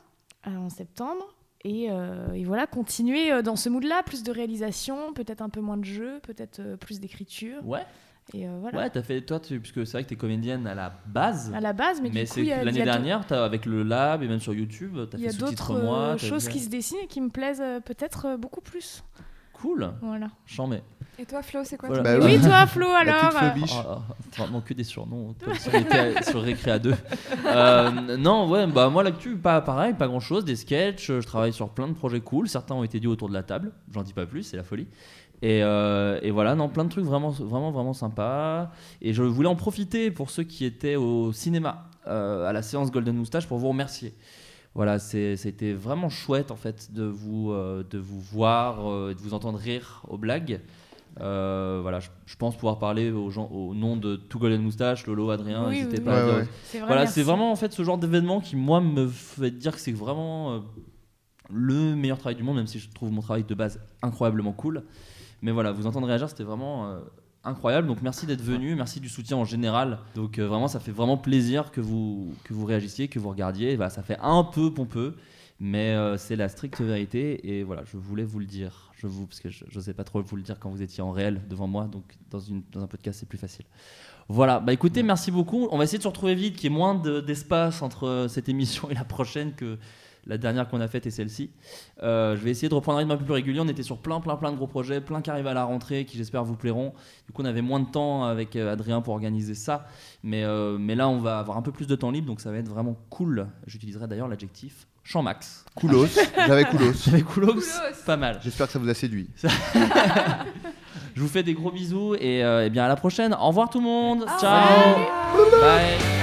euh, en septembre. Et, euh, et voilà, continuer euh, dans ce mood-là, plus de réalisation, peut-être un peu moins de jeu, peut-être euh, plus d'écriture.
Ouais,
Et euh, voilà.
ouais, t'as fait toi, tu, puisque c'est vrai que t'es comédienne à la base,
À la base, mais,
mais,
du coup,
c'est
il y a- il y a
l'année
d'autres-
dernière, t'as- avec le lab et même sur YouTube, t'as
il y
fait
a
sous-titre
d'autres
moi.
euh,
t'as
choses
fait-
qui se dessinent et qui me plaisent euh, peut-être euh, beaucoup plus.
Cool,
Voilà.
j'en mets.
Et toi, Flo, c'est quoi
Voilà.
ton-
Bah
Et
oui.
oui, toi, Flo, alors
La petite
euh,
phobiche.
Oh, oh, vraiment que des surnoms, comme si on était à- sur Récréa 2. Euh, non, ouais, bah moi l'actu, pas pareil, pas grand chose, des sketchs, euh, je travaille sur plein de projets cool, certains ont été dits autour de la table, j'en dis pas plus, c'est la folie. Et, euh, et voilà, non, plein de trucs vraiment, vraiment, vraiment sympas. Et je voulais en profiter pour ceux qui étaient au cinéma, euh, à la séance Golden Moustache, pour vous remercier. Voilà, c'est- c'était vraiment chouette en fait de vous, euh, de vous voir, euh, et de vous entendre rire aux blagues. Euh, voilà, je, je pense pouvoir parler aux gens, au nom de tout Golden Moustache, Lolo, Adrien,
Oui,
n'hésitez
oui,
pas. à
oui.
dire-
Ouais, ouais.
c'est vrai,
Voilà,
merci.
c'est vraiment en fait ce genre d'événement qui moi me fait dire que c'est vraiment euh, le meilleur travail du monde, même si je trouve mon travail de base incroyablement cool. Mais voilà, vous entendre réagir, c'était vraiment euh, incroyable. Donc merci d'être venu, merci du soutien en général. Donc euh, vraiment, ça fait vraiment plaisir que vous que vous réagissiez, que vous regardiez. Et voilà, ça fait un peu pompeux, mais euh, c'est la stricte vérité. Et voilà, je voulais vous le dire, je vous parce que je, je sais pas trop vous le dire quand vous étiez en réel devant moi. Donc dans une dans un podcast, c'est plus facile. Voilà, bah écoutez, merci beaucoup. On va essayer de se retrouver vite, qu'il y ait moins de- d'espace entre euh, cette émission et la prochaine que la dernière qu'on a faite et celle-ci. Euh, je vais essayer de reprendre un rythme un peu plus régulier. On était sur plein, plein, plein de gros projets, plein qui arrivent à la rentrée, qui j'espère vous plairont. Du coup, on avait moins de temps avec euh, Adrien pour organiser ça. Mais, euh, mais là, on va avoir un peu plus de temps libre, donc ça va être vraiment cool. J'utiliserai d'ailleurs l'adjectif champ max.
Coolos, j'avais Coolos.
J'avais coolos,
Coolos.
pas mal.
J'espère que ça vous a séduit.
Je vous fais des gros bisous et, euh, eh bien à la prochaine. Au revoir tout le monde.
Au
Ciao. Bye.